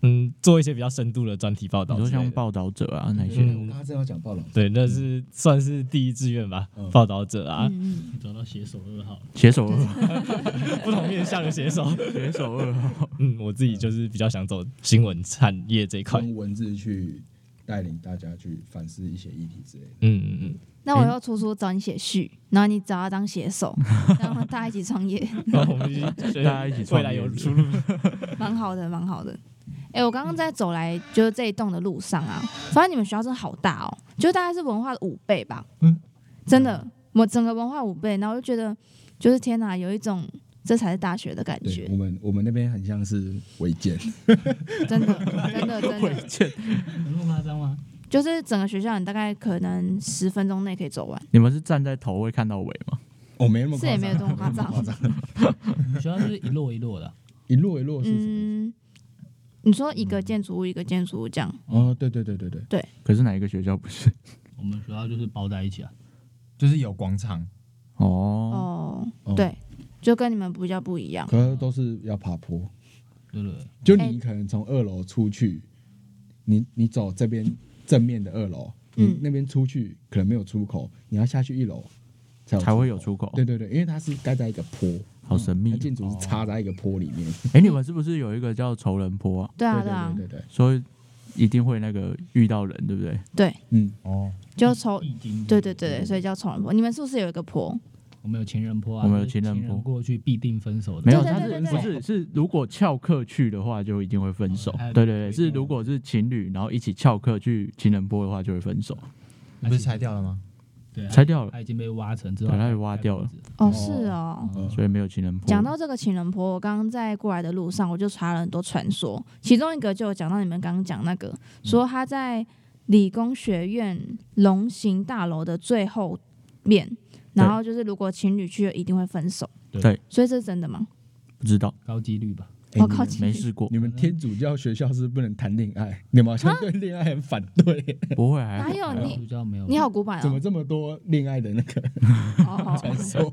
[SPEAKER 7] 嗯，做一些比较深度的专题报道
[SPEAKER 4] 你
[SPEAKER 7] 之
[SPEAKER 4] 说
[SPEAKER 7] 类的，
[SPEAKER 4] 像报嗯道者啊那些，
[SPEAKER 7] 嗯
[SPEAKER 2] 刚正要讲报道，
[SPEAKER 7] 对，那是算是第一志愿吧
[SPEAKER 2] 嗯，
[SPEAKER 7] 报道者啊，
[SPEAKER 1] 嗯，
[SPEAKER 6] 找到写手二
[SPEAKER 7] 嗯
[SPEAKER 6] 号，
[SPEAKER 4] 写手二号，
[SPEAKER 7] 不同面向的写手。
[SPEAKER 4] 写 手二号，
[SPEAKER 7] 嗯，我自己就是比较想走新闻产业这一块。
[SPEAKER 2] 用文字去带领大家去反思一些议题之类的。
[SPEAKER 7] 嗯嗯嗯。
[SPEAKER 1] 那我要出书找你写序，然后你找他当写手，然后大家一起创业，
[SPEAKER 7] 然后我们已经
[SPEAKER 4] 大家一起创
[SPEAKER 7] 未
[SPEAKER 4] 业
[SPEAKER 7] 来有出路。
[SPEAKER 1] 蛮好的，蛮好的。哎、我刚刚在走来就是这一栋的路上啊，发现你们学校真的好大哦，就大概是文化的五倍吧。
[SPEAKER 5] 嗯，
[SPEAKER 1] 真的，我整个文化五倍，然后我就觉得，就是天哪，有一种这才是大学的感
[SPEAKER 2] 对
[SPEAKER 1] 觉
[SPEAKER 2] 我，们，我们那边很像是违建，
[SPEAKER 1] 真的，真的，真的，
[SPEAKER 6] 能那么夸张吗？
[SPEAKER 1] 就是整个学校你大概可能十分钟内可以走完，
[SPEAKER 4] 你们是站在头会看到尾吗？
[SPEAKER 2] 哦，没那么
[SPEAKER 1] 是
[SPEAKER 2] 夸
[SPEAKER 1] 也
[SPEAKER 2] 张，
[SPEAKER 1] 没有多么夸张。
[SPEAKER 6] 你们学校就是一摞一摞的啊，
[SPEAKER 2] 一摞一哦摞是什么意思？
[SPEAKER 1] 嗯，你说一个建筑物一个建筑物这样，
[SPEAKER 2] 哦，对对对对对，
[SPEAKER 4] 可是哪一个学校不是？
[SPEAKER 6] 我们学校就是包在一起啊。
[SPEAKER 5] 就是有广场，
[SPEAKER 4] 哦，
[SPEAKER 1] 哦，
[SPEAKER 2] 哦，
[SPEAKER 1] 对，就跟你们比较不一样。
[SPEAKER 2] 可是都是要爬坡，
[SPEAKER 6] 对不对，
[SPEAKER 2] 就
[SPEAKER 1] 哎
[SPEAKER 2] 你可能从二楼出去，你你走这边正面的二楼，
[SPEAKER 1] 嗯
[SPEAKER 2] 你那边出去可能没有出口，你要下去一楼
[SPEAKER 1] 哦
[SPEAKER 2] 才
[SPEAKER 4] 才会
[SPEAKER 2] 有
[SPEAKER 4] 有出口
[SPEAKER 2] 口。，对对对，因为它是盖在一个坡，
[SPEAKER 4] 好神秘
[SPEAKER 2] 它。建筑是插在一个坡里 面，
[SPEAKER 4] 哎，你们是不是有一个叫仇人坡啊？
[SPEAKER 1] 对啊，对啊，
[SPEAKER 2] 对对对对，
[SPEAKER 4] 所以一定会那个遇到人，对不对？
[SPEAKER 1] 对，
[SPEAKER 2] 嗯，
[SPEAKER 5] 哦，
[SPEAKER 1] 就从
[SPEAKER 6] 易经。
[SPEAKER 1] 对对对对，所以叫重人坡。你们是不是有一个坡？
[SPEAKER 6] 我们有情人坡啊，
[SPEAKER 4] 我们有
[SPEAKER 6] 就是
[SPEAKER 4] 情
[SPEAKER 6] 情
[SPEAKER 4] 人坡
[SPEAKER 6] 过去必定分手的。
[SPEAKER 4] 没有，
[SPEAKER 1] 对
[SPEAKER 4] 他
[SPEAKER 1] 对
[SPEAKER 4] 是
[SPEAKER 1] 对
[SPEAKER 4] 不
[SPEAKER 1] 对
[SPEAKER 4] 是是如果翘课去的话，就一定会分手
[SPEAKER 6] 哦还。有
[SPEAKER 4] 对对对，
[SPEAKER 6] 另
[SPEAKER 4] 是
[SPEAKER 6] 外一个
[SPEAKER 4] 如果是情侣，然后一起翘课去情人坡的话，就会分手，
[SPEAKER 5] 你不是拆掉了吗？
[SPEAKER 6] 对，
[SPEAKER 4] 拆掉了，
[SPEAKER 6] 它已经被挖成之后，
[SPEAKER 4] 把它给挖掉了。
[SPEAKER 1] 哦，是哦。
[SPEAKER 2] 嗯
[SPEAKER 4] 所以没有情人坡。
[SPEAKER 1] 讲到这个情人坡，我刚刚在过来的路上，我就查了很多传说，其中一个就有讲到你们刚刚讲那个，说他在理工学院龙形大楼的最后面，然后就是如果情侣去了一定会分手。
[SPEAKER 4] 对，
[SPEAKER 1] 所以这是真的吗？
[SPEAKER 4] 不知道，
[SPEAKER 6] 高几率吧。
[SPEAKER 2] 哎
[SPEAKER 1] 我
[SPEAKER 2] 你
[SPEAKER 1] 靠，
[SPEAKER 2] 们
[SPEAKER 1] 情
[SPEAKER 4] 没
[SPEAKER 1] 侣
[SPEAKER 4] 试过，
[SPEAKER 2] 你们天主教学校是不能谈恋 爱，你们好像对恋爱很反 对，
[SPEAKER 4] 不会啊还好
[SPEAKER 1] 哪有
[SPEAKER 4] 还好
[SPEAKER 1] 你
[SPEAKER 6] 比较没有，
[SPEAKER 1] 你好古板
[SPEAKER 2] 怎么
[SPEAKER 1] 哦。
[SPEAKER 2] 这么多恋爱的 那个
[SPEAKER 1] 哦
[SPEAKER 2] 传说？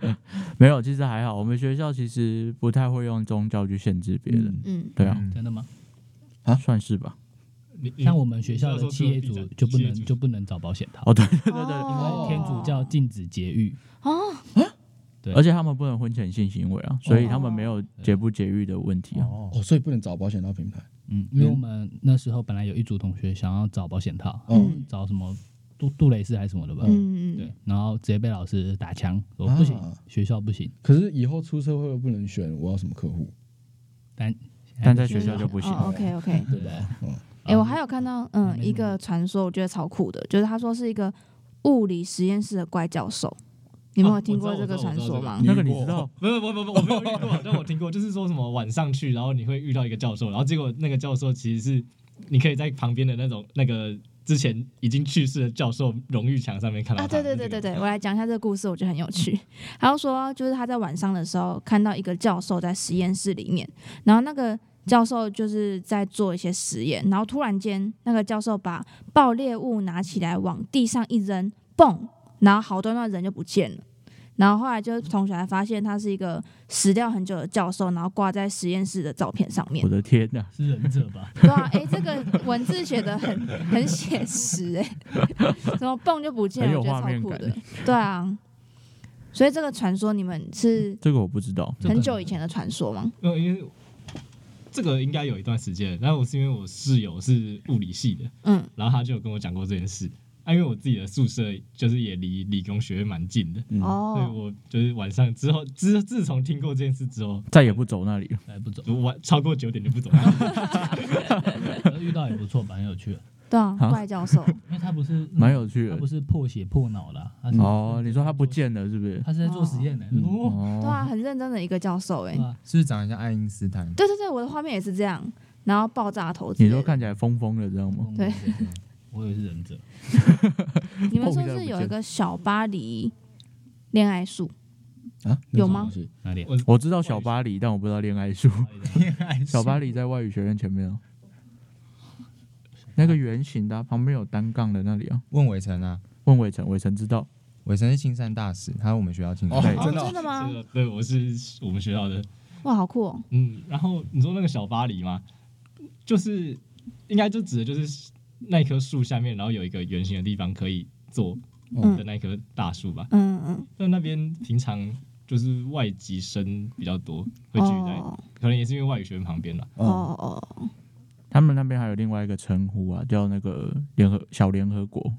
[SPEAKER 4] 没有，其实还好。我们学校其实不太会用宗教去限制别人，
[SPEAKER 2] 嗯
[SPEAKER 1] 嗯，
[SPEAKER 4] 对啊，
[SPEAKER 6] 真的吗？
[SPEAKER 4] 算是吧。
[SPEAKER 6] 像我们学校的企业主就不能
[SPEAKER 7] 企业主
[SPEAKER 6] 就不能找保险套，
[SPEAKER 4] 哦， 对，
[SPEAKER 1] 对对对，因
[SPEAKER 6] 因为天主教禁止节育，
[SPEAKER 1] 哦，
[SPEAKER 6] 对
[SPEAKER 4] 而且他们不能婚前性行为啊，所以他们没有节不节育的问题啊。
[SPEAKER 5] 哦，
[SPEAKER 2] 哦，所以不能找保险套平台，
[SPEAKER 6] 嗯，因为我们那时候本来有一组同学想要找保险套，
[SPEAKER 2] 哦，
[SPEAKER 1] 嗯
[SPEAKER 6] 找什么杜杜蕾斯还是什么的吧，
[SPEAKER 1] 嗯，
[SPEAKER 6] 哦对，然后直接被老师打枪，说不行，
[SPEAKER 2] 啊
[SPEAKER 6] 学校不行，
[SPEAKER 2] 可是以后出社会又不能选我要什么客户，
[SPEAKER 6] 但
[SPEAKER 4] 但
[SPEAKER 6] 哎
[SPEAKER 4] 在学校就不行。
[SPEAKER 1] 哦 OK OK，
[SPEAKER 6] 对不对？
[SPEAKER 1] 哎、我还有看到，嗯，一个传说，我觉得超酷的，就是他说是一个物理实验室的怪教授。你们有听过这个传说吗？
[SPEAKER 4] 那个你知道，
[SPEAKER 6] 哦
[SPEAKER 7] 没有，不不不，我没有遇过，但我听过，就是说什么晚上去，然后你会遇到一个教授，然后结果那个教授其实是你可以在旁边的那种那个之前已经去世的教授荣誉墙上面看到
[SPEAKER 1] 啊，
[SPEAKER 7] 他
[SPEAKER 1] 对对对对，对，我来讲一下这个故事，我觉得很有趣。他就说，就是他在晚上的时候看到一个教授在实验室里面，然后那个教授就是在做一些实验，然后突然间那个教授把爆裂物拿起来往地上一扔，嘣，然后好端端人就不见了。然后后来就是同学还发现他是一个死掉很久的教授，然后挂在实验室的照片上面
[SPEAKER 4] 我。的天呐、
[SPEAKER 6] 是忍者吧？
[SPEAKER 1] 对啊，哎，这个文字写的很很写实哎、 怎么蹦就不见
[SPEAKER 4] 很
[SPEAKER 1] 了，
[SPEAKER 4] 有
[SPEAKER 1] 我觉得
[SPEAKER 4] 画面
[SPEAKER 1] 超酷
[SPEAKER 4] 感
[SPEAKER 1] 的。对啊，所以这个传说你们是
[SPEAKER 4] 这个我不知道。
[SPEAKER 1] 很久以前的传说吗？
[SPEAKER 7] 没有， 因为这个应该有一段时间了，然后我是因为我室友是物理系的，
[SPEAKER 1] 嗯，
[SPEAKER 7] 然后他就有跟我讲过这件事。啊，因为我自己的宿舍就是也离理工学院蛮近的，
[SPEAKER 2] 嗯
[SPEAKER 7] 所以
[SPEAKER 1] 哦，
[SPEAKER 7] 我就是晚上之后，自自从听过这件事之后，
[SPEAKER 4] 再也不走那里了。
[SPEAKER 6] 哎，不走，
[SPEAKER 7] 我晚超过九点就不走了。
[SPEAKER 6] 遇到也不错吧，蛮有趣的。
[SPEAKER 1] 对啊，
[SPEAKER 4] 啊
[SPEAKER 1] 怪教 授，
[SPEAKER 6] 因为他不是
[SPEAKER 4] 蛮有趣
[SPEAKER 6] 他
[SPEAKER 4] 的
[SPEAKER 6] 嗯不。是破血破脑啦，他是
[SPEAKER 4] 哦，你说他不见了是不是？
[SPEAKER 6] 他是在做实验的，哦，
[SPEAKER 1] 对
[SPEAKER 4] 哦，
[SPEAKER 1] 啊，很认真的一个教授哎、
[SPEAKER 6] 对吧
[SPEAKER 5] 是不是长得像爱因斯坦？
[SPEAKER 1] 对对对，我的画面也是这样，然后爆炸头之
[SPEAKER 4] 你
[SPEAKER 1] 类的。
[SPEAKER 4] 说看起来疯疯的，知道
[SPEAKER 6] 嗯
[SPEAKER 4] 吗？
[SPEAKER 1] 对，
[SPEAKER 6] 我以为是忍者，
[SPEAKER 1] 你们是不是有一个小巴黎恋爱术？
[SPEAKER 2] 啊，
[SPEAKER 1] 有吗
[SPEAKER 2] 那种东西
[SPEAKER 6] 哪里啊？
[SPEAKER 7] 我
[SPEAKER 4] 我知道小巴黎，但我不知道恋爱术。小巴黎在外语学院前面啊，那个圆形的啊、旁边有单杠的那里啊。
[SPEAKER 5] 问伟成啊，
[SPEAKER 4] 问伟成，伟成知道。
[SPEAKER 5] 伟成是青山大使，他是我们学校青山
[SPEAKER 2] 哦
[SPEAKER 5] 大使，
[SPEAKER 1] 哦
[SPEAKER 2] 真的哦
[SPEAKER 1] 真的吗
[SPEAKER 7] 这？个对，我是我们学校的，
[SPEAKER 1] 哇，好酷哦！
[SPEAKER 7] 嗯。然后你说那个小巴黎吗？就是应该就指的就是那棵树下面，然后有一个圆形的地方可以坐的
[SPEAKER 4] 哦
[SPEAKER 1] 嗯
[SPEAKER 7] 那棵大树吧。
[SPEAKER 1] 嗯嗯，
[SPEAKER 7] 那那边平常就是外籍生比较多，会聚在，
[SPEAKER 1] 哦
[SPEAKER 7] 可能也是因为外语学院旁边啦。
[SPEAKER 1] 哦哦哦，
[SPEAKER 4] 他们那边还有另外一个称呼啊，叫那个联合小联合国，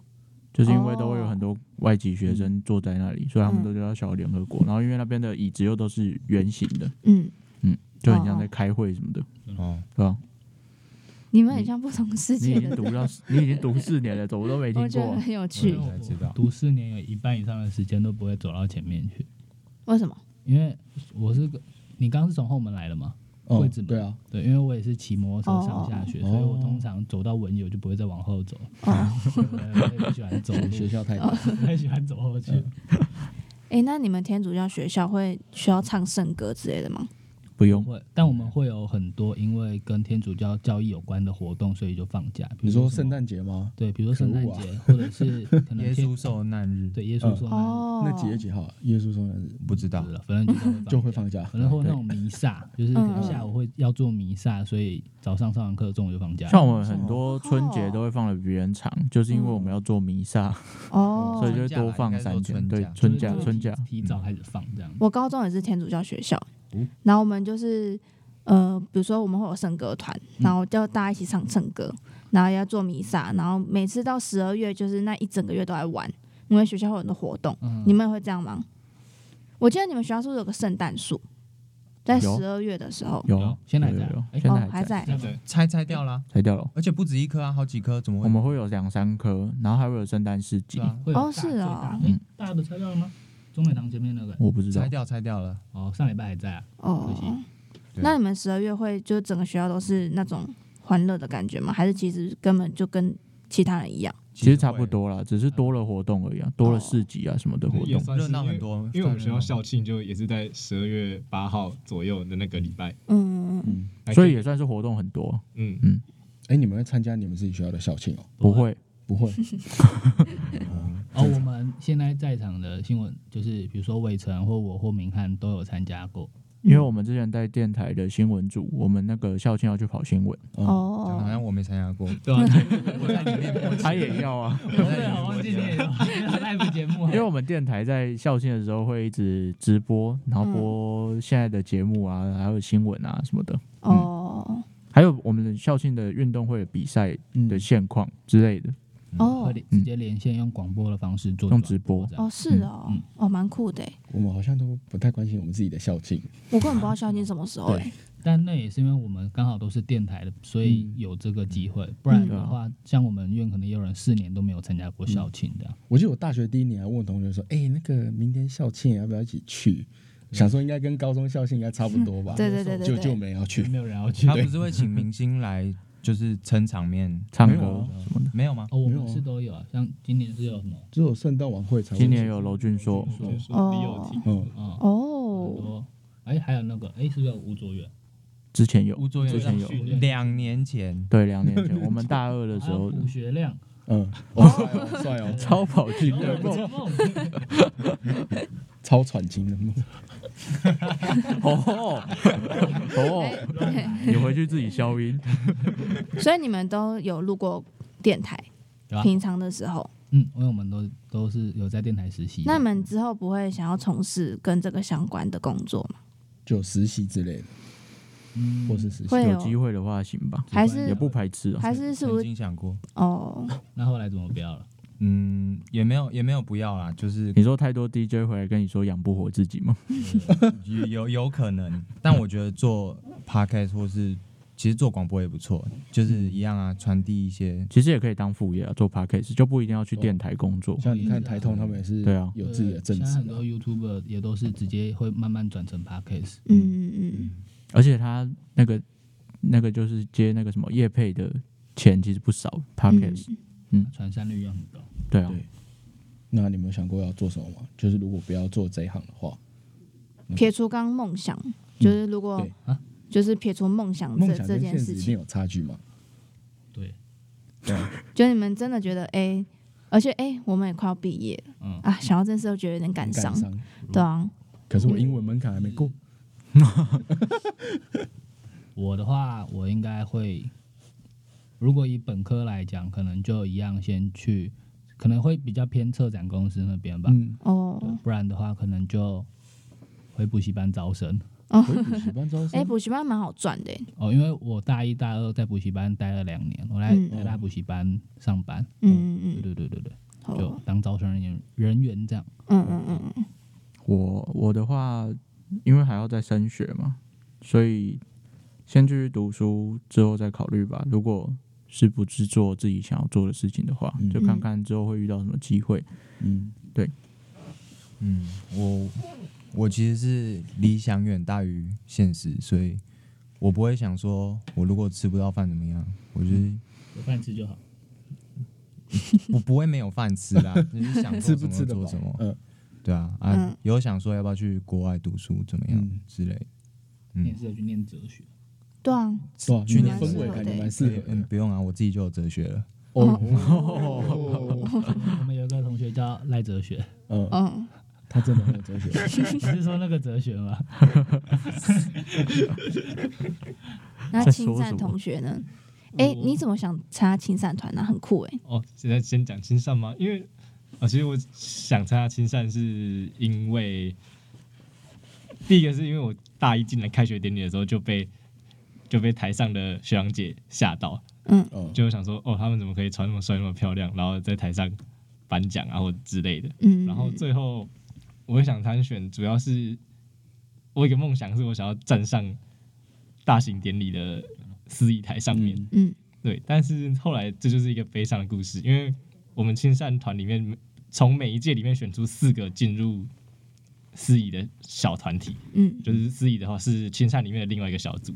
[SPEAKER 4] 就是因为都会有很多外籍学生坐在那里，所以他们都叫小联合国。然后因为那边的椅子又都是圆形的，
[SPEAKER 1] 嗯，
[SPEAKER 4] 就很像在开会什么的，
[SPEAKER 5] 哦，
[SPEAKER 4] 对吧？
[SPEAKER 1] 你们很像不同世
[SPEAKER 4] 你已
[SPEAKER 1] 界
[SPEAKER 4] 经
[SPEAKER 1] 的
[SPEAKER 4] 读
[SPEAKER 1] 人，
[SPEAKER 4] 到你已经读四年 了，怎么都没听
[SPEAKER 1] 我觉得
[SPEAKER 4] 过？嗯
[SPEAKER 1] 很有趣。
[SPEAKER 5] 才知道
[SPEAKER 6] 读四年有一半以上的时间都不会走到前面去，
[SPEAKER 1] 为什么？
[SPEAKER 6] 因为我是个，你刚刚是从后门来的吗？
[SPEAKER 2] 哦
[SPEAKER 6] 位置，嘛
[SPEAKER 2] 对啊，
[SPEAKER 6] 对，因为我也是骑摩托车上下学，
[SPEAKER 2] 哦
[SPEAKER 6] 所以我通常走到文友就不会再往后走，
[SPEAKER 1] 哦，
[SPEAKER 4] 嗯
[SPEAKER 6] 对我也不喜欢走路，
[SPEAKER 2] 学校太大，
[SPEAKER 6] 不太喜欢走后去。
[SPEAKER 1] 哎，那你们天主教学校会需要唱圣歌之类的吗？
[SPEAKER 4] 不用，
[SPEAKER 6] 会，但我们会有很多因为跟天主教教义有关的活动，所以就放假。比
[SPEAKER 2] 你
[SPEAKER 6] 如
[SPEAKER 2] 说
[SPEAKER 6] 什么
[SPEAKER 2] 圣诞节吗？
[SPEAKER 6] 对，比如说
[SPEAKER 2] 可
[SPEAKER 6] 圣诞
[SPEAKER 2] 恶啊
[SPEAKER 6] 节，或者是可 能
[SPEAKER 5] 耶
[SPEAKER 6] 天
[SPEAKER 5] 稣受难日，
[SPEAKER 6] 对耶稣说那
[SPEAKER 1] 哦，
[SPEAKER 2] 那几月几号啊？耶稣受难日
[SPEAKER 5] 不知道
[SPEAKER 6] 日了，反正就是
[SPEAKER 2] 就会放假。
[SPEAKER 6] 可能会有那种弥撒，就是可
[SPEAKER 5] 嗯
[SPEAKER 6] 能下午会要做弥撒，所以早上上完课，中午就放假。
[SPEAKER 4] 像我们很多春节都会放的比人长，就是因为我们要做弥撒，所
[SPEAKER 1] 哦
[SPEAKER 4] 以，就会多放三天。
[SPEAKER 5] 春假
[SPEAKER 4] 对
[SPEAKER 5] 啦，应该说
[SPEAKER 6] 春
[SPEAKER 4] 春假，春假。嗯
[SPEAKER 6] 提早开始放这样。
[SPEAKER 1] 我高中也是天主教学校，然后我们就是呃，比如说我们会有圣歌团，
[SPEAKER 4] 嗯
[SPEAKER 1] 然后叫大家一起唱圣歌，然后要做弥撒，然后每次到十二月就是那一整个月都在玩，因为学校会有很多活动。
[SPEAKER 6] 嗯
[SPEAKER 1] 你们也会这样吗？我记得你们学校是不是有个圣诞树，在
[SPEAKER 4] 有
[SPEAKER 1] 十二月的时候？
[SPEAKER 4] 有
[SPEAKER 6] 有
[SPEAKER 4] 啊，
[SPEAKER 6] 现在
[SPEAKER 4] 有
[SPEAKER 6] 在
[SPEAKER 4] 有有
[SPEAKER 6] 哎
[SPEAKER 4] 现
[SPEAKER 1] 哦
[SPEAKER 4] 在，
[SPEAKER 1] 还
[SPEAKER 4] 还在，
[SPEAKER 1] 在。
[SPEAKER 5] 对，拆拆掉啦，
[SPEAKER 4] 拆掉了。
[SPEAKER 5] 而且不止一颗啊，好几颗，怎么
[SPEAKER 4] 我
[SPEAKER 5] 会？
[SPEAKER 4] 们会有两三颗，然后还会有圣诞市集
[SPEAKER 5] 对，啊，
[SPEAKER 6] 会有
[SPEAKER 1] 哦
[SPEAKER 6] 大
[SPEAKER 1] 是啊
[SPEAKER 6] 最大诶大的拆掉了吗？中美堂前面那个
[SPEAKER 4] 我不知道
[SPEAKER 5] 拆。掉拆掉了，
[SPEAKER 6] 哦，上礼拜还在啊。
[SPEAKER 1] 哦
[SPEAKER 6] 可惜，
[SPEAKER 5] 对
[SPEAKER 1] 那你们十二月会就整个学校都是那种欢乐的感觉吗？还是其实根本就跟其他人一样？
[SPEAKER 4] 其实差不多啦，只是多了活动而已啊，多了市集啊什么的活
[SPEAKER 7] 也
[SPEAKER 4] 动。
[SPEAKER 7] 算是
[SPEAKER 5] 热闹很多，
[SPEAKER 7] 因为我们学校
[SPEAKER 5] 校
[SPEAKER 7] 校庆就也是在十二月八号左右的那个礼拜，
[SPEAKER 1] 嗯，
[SPEAKER 4] 嗯
[SPEAKER 7] 还可，以
[SPEAKER 4] 所以也算是活动很多，
[SPEAKER 7] 嗯，
[SPEAKER 2] 哎，你们会参加你们自己学校的校庆哦？
[SPEAKER 4] 不会
[SPEAKER 2] 不会，
[SPEAKER 6] 哦，我们现在在场的新闻就是，比如说魏晨或我或明翰都有参加过。
[SPEAKER 4] 因为我们之前在电台的新闻组，我们那个校庆要去跑新闻，
[SPEAKER 2] 嗯
[SPEAKER 5] 好
[SPEAKER 1] 哦，
[SPEAKER 5] 像我没参加过，
[SPEAKER 7] 对啊，
[SPEAKER 5] 我在 里面，我
[SPEAKER 4] 他也要啊，
[SPEAKER 5] 在里面
[SPEAKER 6] 忘记你也 有 live 节目啊
[SPEAKER 4] 因为我们电台在校庆的时候会一直直播，然
[SPEAKER 1] 嗯
[SPEAKER 4] 后播现在的节目啊，还有新闻啊什么的，
[SPEAKER 1] 哦，
[SPEAKER 4] 还有我们的校庆的运动会的比赛
[SPEAKER 2] 嗯
[SPEAKER 4] 的现况之类的，
[SPEAKER 1] 哦
[SPEAKER 6] 会，直接连线用广播的方式做
[SPEAKER 4] 用
[SPEAKER 6] 转
[SPEAKER 4] 直播
[SPEAKER 6] 这。样
[SPEAKER 1] 哦，是哦，哦，蛮酷的欸。
[SPEAKER 2] 我们好像都不太关心我们自己的校庆。
[SPEAKER 1] 我根本不知道校庆什么时候哎。
[SPEAKER 6] 但那也是因为我们刚好都是电台的，所
[SPEAKER 4] 嗯
[SPEAKER 6] 以有这个机会。不然
[SPEAKER 4] 啊
[SPEAKER 6] 的话，像我们院可能也有人四年都没有参加
[SPEAKER 4] 嗯
[SPEAKER 6] 过校庆的。
[SPEAKER 2] 我记得我大学第一年还问同学说：“哎、那个明天校庆啊要不要一起去？”想说应该跟高中校庆应该差不多吧。
[SPEAKER 1] 对对对对
[SPEAKER 2] 就
[SPEAKER 1] 对
[SPEAKER 2] 就没有去。
[SPEAKER 6] 没有人要去
[SPEAKER 5] 他不是会请明星来就是撑场面，
[SPEAKER 4] 唱
[SPEAKER 2] 没有
[SPEAKER 4] 歌
[SPEAKER 2] 啊
[SPEAKER 4] 什么的。
[SPEAKER 5] 没有吗？
[SPEAKER 6] 哦，我
[SPEAKER 2] 没有
[SPEAKER 6] 们
[SPEAKER 2] 啊
[SPEAKER 6] 是都有啊，像今年是有什么？
[SPEAKER 2] 只有圣诞晚会才会去。
[SPEAKER 4] 今年有娄俊硕，
[SPEAKER 1] 哦
[SPEAKER 2] 嗯，
[SPEAKER 6] 嗯，很
[SPEAKER 1] 哦，
[SPEAKER 6] 多。哎，还有那个，哎，是不是有吴卓远？
[SPEAKER 4] 之前有，
[SPEAKER 5] 吴卓源
[SPEAKER 4] 之前有，
[SPEAKER 5] 两年前，
[SPEAKER 4] 对，两年前我们大二的时
[SPEAKER 6] 还有
[SPEAKER 4] 候，
[SPEAKER 6] 胡啊学 亮、
[SPEAKER 2] 嗯，哦，帅哦，帅哦，
[SPEAKER 4] 超跑哦俱乐
[SPEAKER 6] 刘
[SPEAKER 4] 部，
[SPEAKER 6] 梦梦，
[SPEAKER 2] 超喘情的 梦。
[SPEAKER 4] 哦哦，你回去自己消音。
[SPEAKER 1] 所以你们都有录过电台
[SPEAKER 6] 有啊，
[SPEAKER 1] 平常的时候，
[SPEAKER 6] 嗯，因为我们都都是有在电台实习的。
[SPEAKER 1] 那你们之后不会想要从事跟这个相关的工作吗？
[SPEAKER 2] 就实习之类的，
[SPEAKER 6] 嗯
[SPEAKER 2] 或是实习。
[SPEAKER 1] 会
[SPEAKER 4] 有
[SPEAKER 1] 哦
[SPEAKER 4] 机会的话，行吧，
[SPEAKER 1] 还
[SPEAKER 4] 也
[SPEAKER 1] 是
[SPEAKER 4] 不排斥啊。
[SPEAKER 1] 还是是不
[SPEAKER 5] 曾
[SPEAKER 1] 是
[SPEAKER 5] 经想过，
[SPEAKER 1] 哦？
[SPEAKER 6] 那后来怎么不要了？
[SPEAKER 5] 嗯，也没有也没有不要啦，就是
[SPEAKER 4] 你说太多 DJ 回来跟你说养不活自己吗？
[SPEAKER 5] 有有有可能，但我觉得做 podcast 或是其实做广播也不错，就是一样
[SPEAKER 2] 嗯
[SPEAKER 5] 啊，传递一些
[SPEAKER 4] 其实也可以当副业啊，做 podcast 就不一定要去电台工作。
[SPEAKER 2] 像你看台通他们也是
[SPEAKER 4] 对啊
[SPEAKER 2] 有自己的
[SPEAKER 6] 对
[SPEAKER 2] 政
[SPEAKER 6] 现在
[SPEAKER 2] 治
[SPEAKER 6] 很多 YouTuber 也都是直接会慢慢转成 Podcast。
[SPEAKER 1] 嗯嗯
[SPEAKER 4] 而且他那个那个就是接那个什么业配的钱其实不少
[SPEAKER 1] 嗯
[SPEAKER 4] ，podcast。
[SPEAKER 6] 传散率又很高。
[SPEAKER 4] 对啊，
[SPEAKER 2] 对那你们有想过要做什么吗？就是如果不要做这一行的话，
[SPEAKER 1] 嗯，撇除刚刚梦想，就是如果
[SPEAKER 2] 对
[SPEAKER 6] 啊
[SPEAKER 1] 就是撇除梦想
[SPEAKER 2] 梦
[SPEAKER 1] 这
[SPEAKER 2] 想
[SPEAKER 1] 嗯这
[SPEAKER 2] 跟
[SPEAKER 1] 件
[SPEAKER 2] 现
[SPEAKER 1] 事
[SPEAKER 2] 实一定
[SPEAKER 1] 情，
[SPEAKER 2] 有差距嘛。
[SPEAKER 6] 对，
[SPEAKER 1] 就你们真的觉得哎，而且哎，我们也快要毕业了，
[SPEAKER 6] 嗯
[SPEAKER 1] 啊，想到这件事都觉得有点感伤
[SPEAKER 2] 感，伤。
[SPEAKER 1] 对啊，
[SPEAKER 2] 可是我英文门槛还没过。
[SPEAKER 6] 我的话，我应该会，如果以本科来讲，可能就一样先去，可能会比较偏策展公司那边吧。
[SPEAKER 2] 嗯，
[SPEAKER 1] 哦
[SPEAKER 6] 不然的话，可能就回补习班招生。
[SPEAKER 1] 哦
[SPEAKER 2] 回补习班招
[SPEAKER 1] 哎，
[SPEAKER 2] 生，
[SPEAKER 1] 补习班蛮好赚的耶，
[SPEAKER 8] 哦，因为我大一、大二在补习班待了两年，我来
[SPEAKER 1] 嗯
[SPEAKER 2] 哦
[SPEAKER 8] 台大补习班上班。
[SPEAKER 1] 嗯
[SPEAKER 8] 对
[SPEAKER 1] 嗯
[SPEAKER 8] 对对对对，
[SPEAKER 1] 嗯，好，
[SPEAKER 8] 就当招生人员人员这样。
[SPEAKER 1] 嗯嗯嗯嗯，
[SPEAKER 4] 我我的话，因为还要再升学嘛，所以先继续读书，之后再考虑吧。如果是不是做自己想要做的事情的话，
[SPEAKER 2] 嗯
[SPEAKER 4] 就看看之后会遇到什么机会。
[SPEAKER 2] 嗯，
[SPEAKER 5] 嗯，我我其实是理想远大于现实，所以我不会想说我如果吃不到饭怎么样，我就是
[SPEAKER 2] 嗯
[SPEAKER 8] 有饭吃就好。
[SPEAKER 5] 我不会没有饭吃 啦，就是想
[SPEAKER 2] 吃不
[SPEAKER 5] 做
[SPEAKER 2] 吃
[SPEAKER 5] 什么
[SPEAKER 2] 得
[SPEAKER 5] 做
[SPEAKER 2] 饱
[SPEAKER 5] 什么，
[SPEAKER 2] 嗯
[SPEAKER 5] 对啊啊，
[SPEAKER 1] 嗯
[SPEAKER 5] 有想说要不要去国外读书怎么样
[SPEAKER 2] 嗯
[SPEAKER 5] 之类的，
[SPEAKER 8] 你
[SPEAKER 5] 嗯
[SPEAKER 8] 也，是有去念哲学，
[SPEAKER 1] 对啊，
[SPEAKER 2] 是吧？
[SPEAKER 5] 去
[SPEAKER 2] 你的
[SPEAKER 5] 年
[SPEAKER 2] 氛围
[SPEAKER 1] 是
[SPEAKER 2] 感觉
[SPEAKER 1] 对
[SPEAKER 2] 蛮适合
[SPEAKER 5] 嗯
[SPEAKER 2] 的。
[SPEAKER 5] 不用啊，我自己就有哲学了，
[SPEAKER 2] 哦，
[SPEAKER 8] 我们有一个同学叫赖哲学，
[SPEAKER 2] 嗯，
[SPEAKER 1] 嗯，
[SPEAKER 2] 他真的很有哲学。
[SPEAKER 8] 你是说那个哲学吗？
[SPEAKER 1] 那
[SPEAKER 4] 在
[SPEAKER 1] 青
[SPEAKER 4] 说什
[SPEAKER 1] 善
[SPEAKER 4] 么
[SPEAKER 1] 同学呢？哎，你怎么想参加青善团呢？很酷哎，
[SPEAKER 6] 哦，现在先讲青善吗？因为啊、其实我想参加青善是因为第一个是因为我大一进来开学典礼的时候就被就被台上的学长姐吓到，
[SPEAKER 1] 嗯
[SPEAKER 2] 嗯，
[SPEAKER 6] 就想说哦，他们怎么可以穿那么帅那么漂亮，然后在台上颁奖啊或之类的。
[SPEAKER 1] 嗯，
[SPEAKER 6] 然后最后我会想参选，主要是我有一个梦想是我想要站上大型典礼的司仪台上面。
[SPEAKER 2] 嗯
[SPEAKER 1] 嗯
[SPEAKER 6] 对，但是后来这就是一个悲伤的故事，因为我们青善团里面从每一届里面选出四个进入司仪的小团体，
[SPEAKER 1] 嗯
[SPEAKER 6] 就是司仪的话是青善里面的另外一个小组。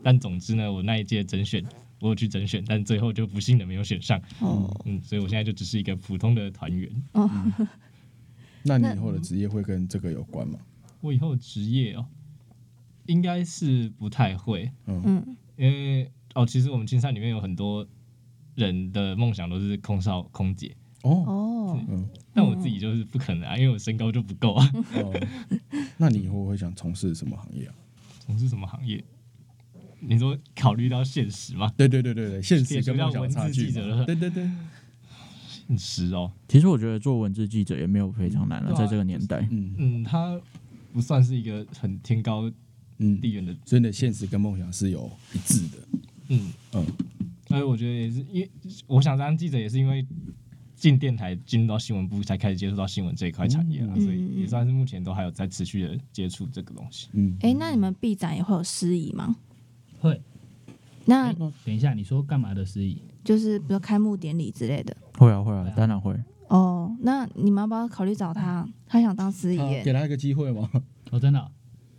[SPEAKER 6] 但总之呢，我那一届甄选，我有去甄选，但最后就不幸的没有选上。
[SPEAKER 1] 哦
[SPEAKER 6] 嗯，所以我现在就只是一个普通的团员。
[SPEAKER 1] 哦，
[SPEAKER 2] 那你以后的职业会跟这个有关吗？
[SPEAKER 6] 我以后职业哦，应该是不太会，
[SPEAKER 1] 嗯
[SPEAKER 6] 因为哦，其实我们青山里面有很多人的梦想都是空少、空姐，
[SPEAKER 2] 哦，
[SPEAKER 1] 哦，
[SPEAKER 2] 嗯，
[SPEAKER 6] 但我自己就是不可能啊，因为我身高就不够啊。
[SPEAKER 2] 哦，那你以后会想从事什么行业啊？
[SPEAKER 6] 从事什么行业？你说考虑到现实吗？
[SPEAKER 2] 对对对对 对，现实跟梦想的差距
[SPEAKER 6] 撇除掉文字记
[SPEAKER 2] 嘛。
[SPEAKER 6] 者了
[SPEAKER 2] 对对对，
[SPEAKER 6] 现实哦，
[SPEAKER 4] 其实我觉得做文字记者也没有非常难了、
[SPEAKER 6] 对啊
[SPEAKER 4] 在这个年代，
[SPEAKER 2] 嗯
[SPEAKER 6] 嗯，它不算是一个很天高
[SPEAKER 2] 嗯
[SPEAKER 6] 地，远的，
[SPEAKER 2] 所以你的现实跟梦想是有一致的。
[SPEAKER 6] 嗯
[SPEAKER 2] 嗯，
[SPEAKER 6] 但是我觉得也是，因为我想当记者也是因为进电台进入到新闻部才开始接触到新闻这一块产业啦，啊
[SPEAKER 1] 嗯
[SPEAKER 6] 所以也算是目前都还有在持续的接触这个东西。
[SPEAKER 2] 嗯，
[SPEAKER 1] 哎，那你们毕展也会有司仪吗？
[SPEAKER 8] 会。
[SPEAKER 1] 那
[SPEAKER 8] 等一下，你说干嘛的司仪？
[SPEAKER 1] 就是比如开幕典礼之类的。
[SPEAKER 4] 会啊会啊
[SPEAKER 8] 对啊，
[SPEAKER 4] 当然会。
[SPEAKER 1] 哦，那你们要不要考虑找他？他想当司仪
[SPEAKER 2] 啊
[SPEAKER 1] 耶，
[SPEAKER 2] 给他一个机会吗？
[SPEAKER 8] 哦，真的哦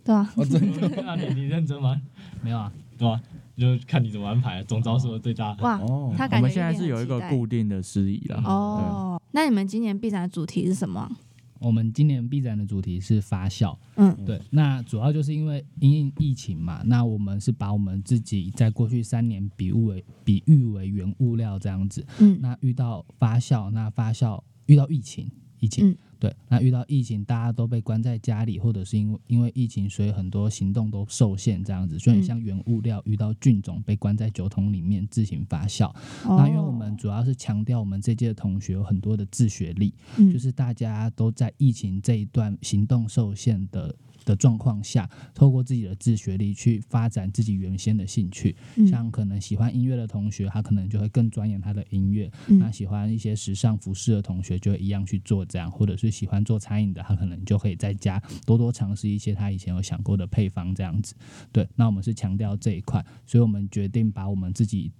[SPEAKER 1] 对啊，
[SPEAKER 2] 哦，真的
[SPEAKER 6] 那你你认真吗？
[SPEAKER 8] 没有啊？
[SPEAKER 6] 对吧？就看你怎么安排，总招是我最大 的。
[SPEAKER 1] 哇，
[SPEAKER 2] 哦，
[SPEAKER 1] 他
[SPEAKER 4] 我
[SPEAKER 1] 感觉
[SPEAKER 4] 们现在是有一个
[SPEAKER 1] 定很期
[SPEAKER 4] 固定的司仪啦
[SPEAKER 1] 待。哦。那你们今年毕展的主题是什么啊？
[SPEAKER 8] 我们今年必展的主题是发酵，
[SPEAKER 1] 嗯
[SPEAKER 8] 对，那主要就是因为因应疫情嘛，那我们是把我们自己在过去三年比喻为比喻为原物料这样子，
[SPEAKER 1] 嗯
[SPEAKER 8] 那遇到发酵，那发酵遇到疫情，疫情、
[SPEAKER 1] 嗯
[SPEAKER 8] 对，那遇到疫情，大家都被关在家里，或者是因为因为疫情，所以很多行动都受限这样子，
[SPEAKER 1] 嗯
[SPEAKER 8] 所以很像原物料遇到菌种被关在酒桶里面自行发酵。
[SPEAKER 1] 哦
[SPEAKER 8] 那因为我们主要是强调我们这届的同学有很多的自学力，
[SPEAKER 1] 嗯
[SPEAKER 8] 就是大家都在疫情这一段行动受限的。的状况下，透过自己的自学力去发展自己原先的兴趣，
[SPEAKER 1] 嗯
[SPEAKER 8] 像可能喜欢音乐的同学，他可能就会更钻研他的音乐；
[SPEAKER 1] 嗯
[SPEAKER 8] 那喜欢一些时尚服饰的同学，就会一样去做这样，或者是喜欢做餐饮的，他可能就可以在家多多尝试一些他以前有想过的配方这样子。对，那我们是强调这一块，所以我们决定把我们自己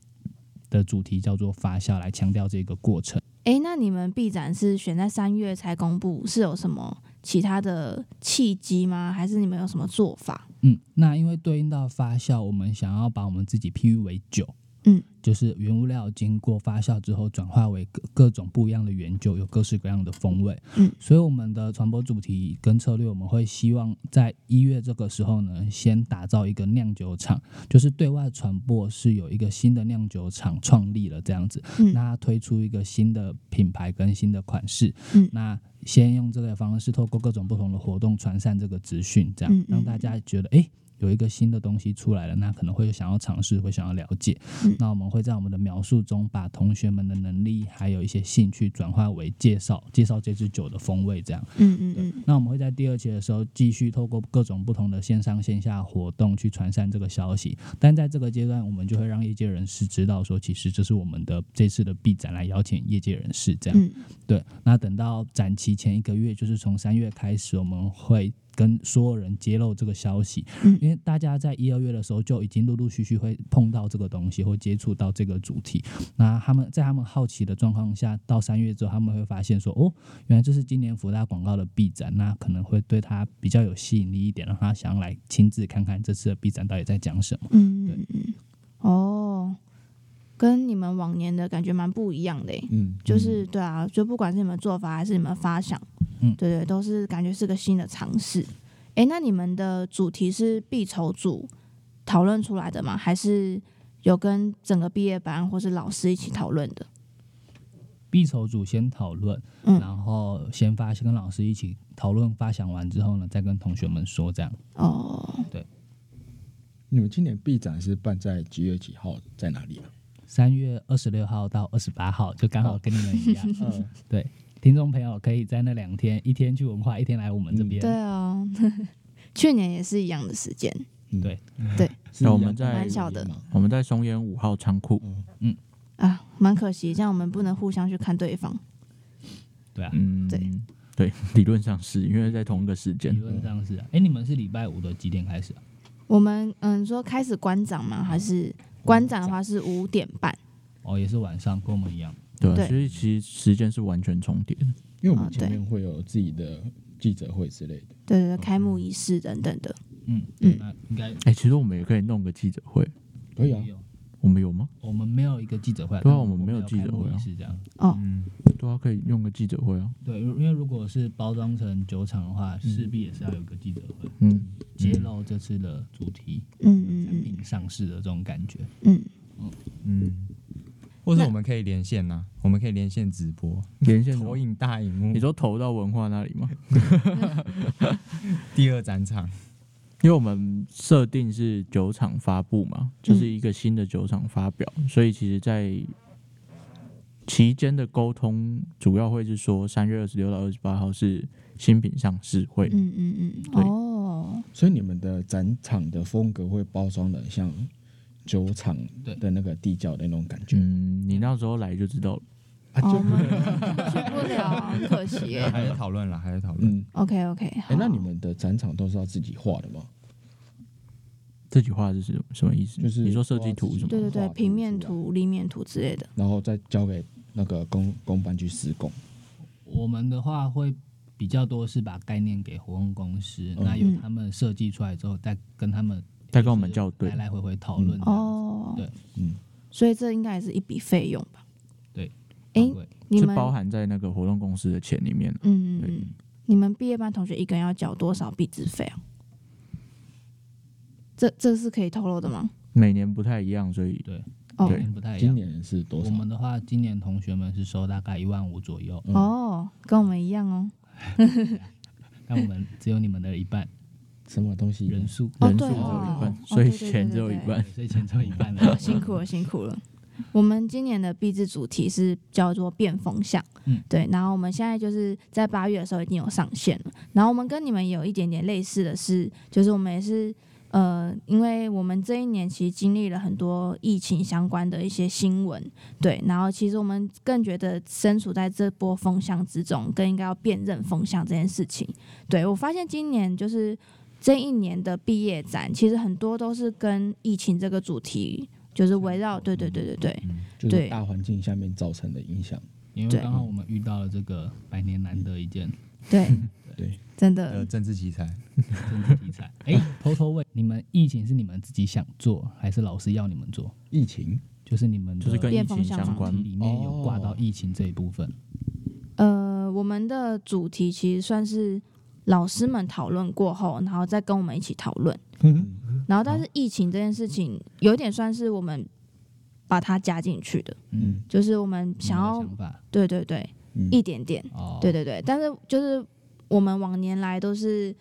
[SPEAKER 8] 的主题叫做发酵，来强调这个过程。
[SPEAKER 1] 哎，那你们毕展是选在三月才公布，是有什么其他的契机吗？还是你们有什么做法？
[SPEAKER 8] 嗯，那因为对应到发酵，我们想要把我们自己譬喻为酒，
[SPEAKER 1] 嗯，
[SPEAKER 8] 就是原物料经过发酵之后转化为各各种不一样的原酒，有各式各样的风味，
[SPEAKER 1] 嗯，
[SPEAKER 8] 所以我们的传播主题跟策略，我们会希望在一月这个时候呢，先打造一个酿酒厂，就是对外传播是有一个新的酿酒厂创立了这样子，
[SPEAKER 1] 嗯
[SPEAKER 8] 那它推出一个新的品牌跟新的款式，
[SPEAKER 1] 嗯
[SPEAKER 8] 那
[SPEAKER 6] 先用这个方式，透过各种不同的活动传散这个资讯，这
[SPEAKER 1] 嗯嗯
[SPEAKER 6] 样让大家觉得哎。诶有一个新的东西出来了，那可能会想要尝试，会想要了解。
[SPEAKER 1] 嗯
[SPEAKER 6] 那我们会在我们的描述中，把同学们的能力还有一些兴趣转化为介绍，介绍这支酒的风味，这样。
[SPEAKER 1] 嗯嗯嗯，
[SPEAKER 6] 那我们会在第二期的时候继续透过各种不同的线上线下活动去传散这个消息，但在这个阶段，我们就会让业界人士知道说，其实这是我们的这次的 B 展来邀请业界人士这样。
[SPEAKER 1] 嗯
[SPEAKER 6] 对，那等到展期前一个月，就是从三月开始，我们会跟所有人揭露这个消息，
[SPEAKER 1] 嗯
[SPEAKER 6] 因为大家在一二月的时候就已经陆陆续续会碰到这个东西，会接触到这个主题。那他们在他们好奇的状况下，到三月之后，他们会发现说，哦，原来这是今年福大广告的 B 展，那可能会对他比较有吸引力一点，让他想要来亲自看看这次的 B 展到底在讲什么。
[SPEAKER 1] 嗯嗯嗯，哦，跟你们往年的感觉蛮不一样的耶，欸
[SPEAKER 5] 嗯，
[SPEAKER 1] 就是对啊，就不管是你们做法还是你们发想，
[SPEAKER 6] 嗯
[SPEAKER 1] 对对，都是感觉是个新的尝试。诶，那你们的主题是必筹组讨论出来的吗？还是有跟整个毕业班或是老师一起讨论的？
[SPEAKER 6] B 筹组先讨论，
[SPEAKER 1] 嗯，
[SPEAKER 6] 然后先发先跟老师一起讨论发想完之后呢，再跟同学们说这样。
[SPEAKER 1] 哦，
[SPEAKER 2] 你们今年 B 展是办在几月几号，在哪里啊？
[SPEAKER 6] 三月二十六号到二十八号，就刚好跟你们 一样。
[SPEAKER 2] 嗯，
[SPEAKER 6] 对，听众朋友可以在那两天，一天去文化，一天来我们这边。
[SPEAKER 1] 对哦， 去年也是一样的时间，
[SPEAKER 2] 嗯是一样
[SPEAKER 4] 我们在
[SPEAKER 1] 蛮小的
[SPEAKER 2] 吗
[SPEAKER 4] 我们在松烟五号仓库，
[SPEAKER 1] 啊，蛮可惜，这样我们不能互相去看对方。
[SPEAKER 6] 对啊，
[SPEAKER 4] 嗯，
[SPEAKER 1] 对
[SPEAKER 4] 对， 理论上是因为在同一个时
[SPEAKER 6] 理
[SPEAKER 4] 间，
[SPEAKER 6] 论上是啊。
[SPEAKER 4] 嗯
[SPEAKER 6] 哎、你们是礼拜五的几点开始啊？
[SPEAKER 1] 我们嗯，说开始观展吗？还是观展的话是五点半？
[SPEAKER 6] 哦，也是晚上，跟我们一样。
[SPEAKER 4] 对啊，
[SPEAKER 1] 对
[SPEAKER 4] 所以其实时间是完全重叠的。
[SPEAKER 2] 因为我
[SPEAKER 1] 啊
[SPEAKER 2] 们
[SPEAKER 1] 对
[SPEAKER 2] 前面会有自己的记者会之类的，
[SPEAKER 1] 对对对，开幕仪式等等的。
[SPEAKER 6] 嗯
[SPEAKER 1] 嗯
[SPEAKER 6] 那应该
[SPEAKER 4] 哎，其实我们也可以弄个记者会，
[SPEAKER 2] 可以啊。
[SPEAKER 6] 有。
[SPEAKER 4] 我们有吗？
[SPEAKER 6] 我们没有一个记者会，
[SPEAKER 4] 对啊
[SPEAKER 6] 但
[SPEAKER 4] 我们没有
[SPEAKER 6] 有
[SPEAKER 4] 记者会啊
[SPEAKER 6] 是这样。
[SPEAKER 1] 哦
[SPEAKER 4] 对啊，可以用个记者会啊。
[SPEAKER 6] 对，因为如果是包装成酒厂的话，势必也是要有一个记者会，
[SPEAKER 4] 嗯，
[SPEAKER 6] 揭露这次的主题、
[SPEAKER 1] 嗯
[SPEAKER 6] 产
[SPEAKER 1] 嗯嗯
[SPEAKER 6] 品上市的这种感觉。
[SPEAKER 1] 嗯，
[SPEAKER 5] 嗯，或者
[SPEAKER 1] 那
[SPEAKER 5] 我们可以连线呐、啊我们可以连线直播，
[SPEAKER 4] 连线
[SPEAKER 5] 投影大荧幕
[SPEAKER 4] 嗯你，说投到文化那里吗？
[SPEAKER 5] 第二展场，
[SPEAKER 4] 因为我们设定是酒厂发布嘛，就是一个新的酒厂发表，所以其实，在期间的沟通主要会是说，三月二十六到二十八号是新品上市会，
[SPEAKER 1] 嗯嗯嗯，
[SPEAKER 4] 对
[SPEAKER 1] 哦，
[SPEAKER 2] 所以你们的展场的风格会包装的像酒厂的那个地窖的那种感觉。
[SPEAKER 4] 嗯，你那时候来就知道了。
[SPEAKER 2] 啊，
[SPEAKER 1] 哦
[SPEAKER 2] 就
[SPEAKER 1] 我们去不了，很可惜耶。
[SPEAKER 5] 还在讨论啦，还在讨论。
[SPEAKER 2] 嗯，
[SPEAKER 1] OK OK，
[SPEAKER 2] 哎、那你们的展场都是要自己画的吗？
[SPEAKER 4] 这句话是什么什么意思？
[SPEAKER 2] 就是
[SPEAKER 4] 你说设计图什么？
[SPEAKER 1] 对对对，
[SPEAKER 2] 画图
[SPEAKER 1] 平面
[SPEAKER 2] 出来
[SPEAKER 1] 图、立面图之类的。
[SPEAKER 2] 然后再交给那个工工班去施工。
[SPEAKER 6] 我们的话会比较多是把概念给活动公司，
[SPEAKER 2] 嗯
[SPEAKER 6] 那由他们设计出来之后，再跟他们
[SPEAKER 4] 再跟我们校对
[SPEAKER 6] 来，来回回讨论这样子。
[SPEAKER 1] 哦，
[SPEAKER 6] 对，
[SPEAKER 2] 嗯，
[SPEAKER 1] 所以这应该也是一笔费用吧？
[SPEAKER 6] 对，
[SPEAKER 1] 哎、
[SPEAKER 6] 对
[SPEAKER 1] 你
[SPEAKER 4] 是
[SPEAKER 1] 们
[SPEAKER 4] 包含在那个活动公司的钱里面。
[SPEAKER 1] 嗯嗯
[SPEAKER 4] 对
[SPEAKER 1] 嗯，你们毕业班同学一个人要缴多少币资费啊？这这是可以透露的吗？
[SPEAKER 4] 每年不太一样，所以
[SPEAKER 6] 对，
[SPEAKER 1] 哦
[SPEAKER 6] 今年不太
[SPEAKER 8] 哎
[SPEAKER 6] 一
[SPEAKER 2] 今
[SPEAKER 6] 样。
[SPEAKER 2] 年是多
[SPEAKER 6] 我
[SPEAKER 2] 少？
[SPEAKER 6] 们的话，今年同学们是收大概一万五左右，
[SPEAKER 4] 嗯
[SPEAKER 1] 哦，跟我们一样哦。
[SPEAKER 6] 但我们只有你们的一半
[SPEAKER 2] 什么东西？
[SPEAKER 6] 人数，
[SPEAKER 1] 哦
[SPEAKER 4] 人数
[SPEAKER 1] 对
[SPEAKER 4] 只有一
[SPEAKER 1] 哦
[SPEAKER 4] 半，
[SPEAKER 1] 哦
[SPEAKER 4] 所以
[SPEAKER 1] 对对
[SPEAKER 4] 钱
[SPEAKER 1] 对
[SPEAKER 4] 只有
[SPEAKER 1] 对
[SPEAKER 4] 一
[SPEAKER 1] 对。
[SPEAKER 4] 半。
[SPEAKER 6] 所以前奏一 半了
[SPEAKER 1] 辛苦了，辛苦了。我们今年的毕制主题是叫做变风向，
[SPEAKER 6] 嗯
[SPEAKER 1] 对。然后我们现在就是在八月的时候已经有上线了。然后我们跟你们有一点点类似的是，就是我们也是呃，因为我们这一年其实经历了很多疫情相关的一些新闻，对。然后其实我们更觉得身处在这波风向之中，更应该要辨认风向这件事情。对我发现今年就是。这一年的毕业展，其实很多都是跟疫情这个主题就是
[SPEAKER 6] 嗯
[SPEAKER 1] 围绕，对对对对对，
[SPEAKER 2] 就是
[SPEAKER 1] 对
[SPEAKER 2] 大环境下面造成的影响。
[SPEAKER 6] 因为
[SPEAKER 1] 对
[SPEAKER 6] 刚好我们遇到了这个百年难得一见
[SPEAKER 1] 对
[SPEAKER 2] 对，
[SPEAKER 1] 真
[SPEAKER 5] 呃，
[SPEAKER 1] 的，
[SPEAKER 5] 政治题材，
[SPEAKER 6] 政治题材。哎，偷偷问，你们疫情是你们自己想做，还是老师要你们做？
[SPEAKER 2] 疫情
[SPEAKER 6] 就是你们的
[SPEAKER 4] 就是跟疫
[SPEAKER 1] 变风
[SPEAKER 4] 情
[SPEAKER 1] 向
[SPEAKER 4] 相
[SPEAKER 1] 嘛
[SPEAKER 4] 关
[SPEAKER 6] 主题里面有挂到疫情这一部分。
[SPEAKER 1] 呃，我们的主题其实算是老师们讨论过后，然后再跟我们一起讨论，
[SPEAKER 6] 嗯
[SPEAKER 1] 然后但是疫情这件事情有点算是我们把它加进去的，
[SPEAKER 6] 嗯，
[SPEAKER 1] 就是我们想
[SPEAKER 6] 你
[SPEAKER 1] 要
[SPEAKER 6] 们的想法，
[SPEAKER 1] 对对对，
[SPEAKER 3] 嗯
[SPEAKER 1] 一点点。
[SPEAKER 6] 哦，
[SPEAKER 1] 对对对，但是就是我们往年来都是，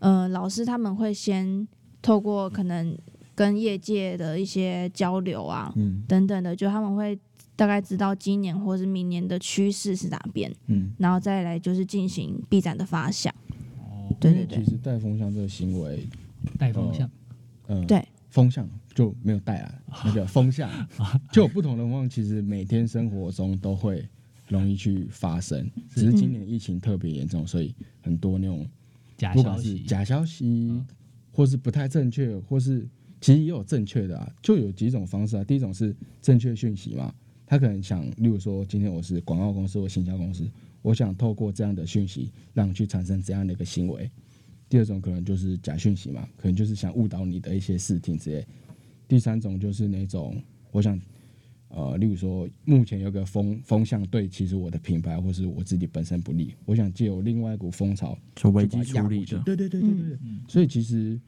[SPEAKER 1] 呃，老师他们会先透过可能跟业界的一些交流啊，
[SPEAKER 3] 嗯
[SPEAKER 1] 等等的，就他们会大概知道今年或是明年的趋势是哪边，
[SPEAKER 3] 嗯，
[SPEAKER 1] 然后再来就是进行臂展的发想。
[SPEAKER 3] 哦，
[SPEAKER 1] 对对对
[SPEAKER 2] 其，实带风向这个行为，
[SPEAKER 6] 带风向，
[SPEAKER 2] 嗯，
[SPEAKER 1] 对，
[SPEAKER 2] 风向就没有带啊，那个 风向
[SPEAKER 1] 啊
[SPEAKER 2] 就有不同的风向，其实每天生活中都会容易去发生，只
[SPEAKER 1] 嗯
[SPEAKER 2] 是今年疫情特别严重，所以很多那种
[SPEAKER 6] 假
[SPEAKER 2] 不
[SPEAKER 6] 消
[SPEAKER 2] 管是
[SPEAKER 6] 息，嗯
[SPEAKER 2] 假消息，或是不太正确，或是其实也有正确的啊，就有几种方式啊。第一种是正确讯息嘛，他可能想，例如说今天我是广告公司或行销公司，我想透过这样的讯息让你去产生这样的一个行为。第二种可能就是假讯息嘛，可能就是想误导你的一些事情之类。第三种就是那种我想。呃，例如说，目前有个风风向对，其实我的品牌或是我自己本身不利，我想借由另外一股风潮
[SPEAKER 4] 就危
[SPEAKER 2] 去把
[SPEAKER 4] 机
[SPEAKER 2] 它压
[SPEAKER 4] 处理
[SPEAKER 2] 过去
[SPEAKER 4] 的，
[SPEAKER 2] 对对对对对
[SPEAKER 1] 嗯
[SPEAKER 2] 对。所以其实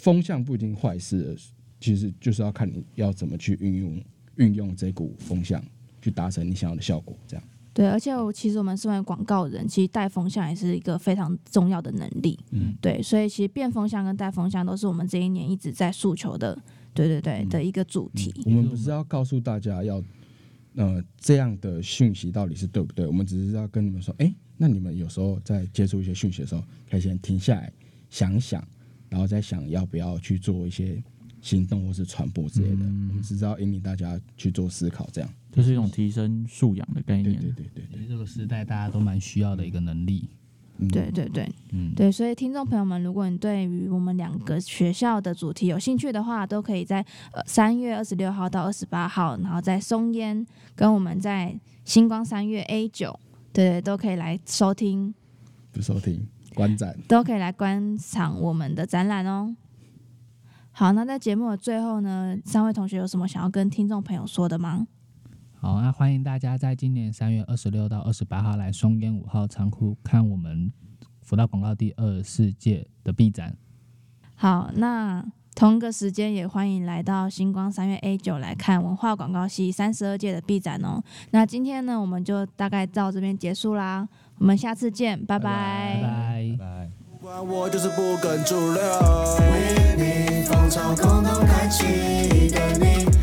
[SPEAKER 2] 风向不一定坏事了，其实就是要看你要怎么去运用运用这股风向，去达成你想要的效果。这样，
[SPEAKER 1] 对，而且我其实我们身为广告人，其实带风向也是一个非常重要的能力。
[SPEAKER 2] 嗯，
[SPEAKER 1] 对，所以其实变风向跟带风向都是我们这一年一直在诉求的，对对对
[SPEAKER 2] 嗯
[SPEAKER 1] 的一个主题。
[SPEAKER 2] 我们不是要告诉大家要呃这样的讯息到底是对不对，我们只是要跟你们说，哎、那你们有时候在接触一些讯息的时候，可以先停下来想想，然后再想要不要去做一些。行动或是传播之类的，我们只是要引领大家去做思考，这样。嗯
[SPEAKER 4] 这是一种提升素养的概
[SPEAKER 2] 对
[SPEAKER 4] 念。
[SPEAKER 2] 对对对
[SPEAKER 6] 其实这个时代大家都蛮需要的一个能力，
[SPEAKER 2] 嗯
[SPEAKER 1] 对对对，
[SPEAKER 6] 嗯，
[SPEAKER 1] 对，所以听众朋友们，如果你对于我们两个学校的主题有兴趣的话，都可以在呃三月二十六号到二十八号，然后在松烟跟我们在星光三月 A 九，对对，都可以来收听，
[SPEAKER 2] 不收听观展，
[SPEAKER 1] 都可以来观赏我们的展览哦。好，那在节目的最后呢，三位同学有什么想要跟听众朋友说的吗？
[SPEAKER 6] 好，那欢迎大家在今年三月二十六到二十八号来松烟五号仓库看我们福大广告第二十四届的 B 展。
[SPEAKER 1] 好，那同个时间也欢迎来到星光三月 A 九来看文化广告系三十二届的 B 展哦。那今天呢，我们就大概到这边结束啦，我们下次见，拜拜。
[SPEAKER 6] 拜拜
[SPEAKER 5] 拜。拜。
[SPEAKER 9] 不管我就是不肯主流。为你风潮共同开启一个你，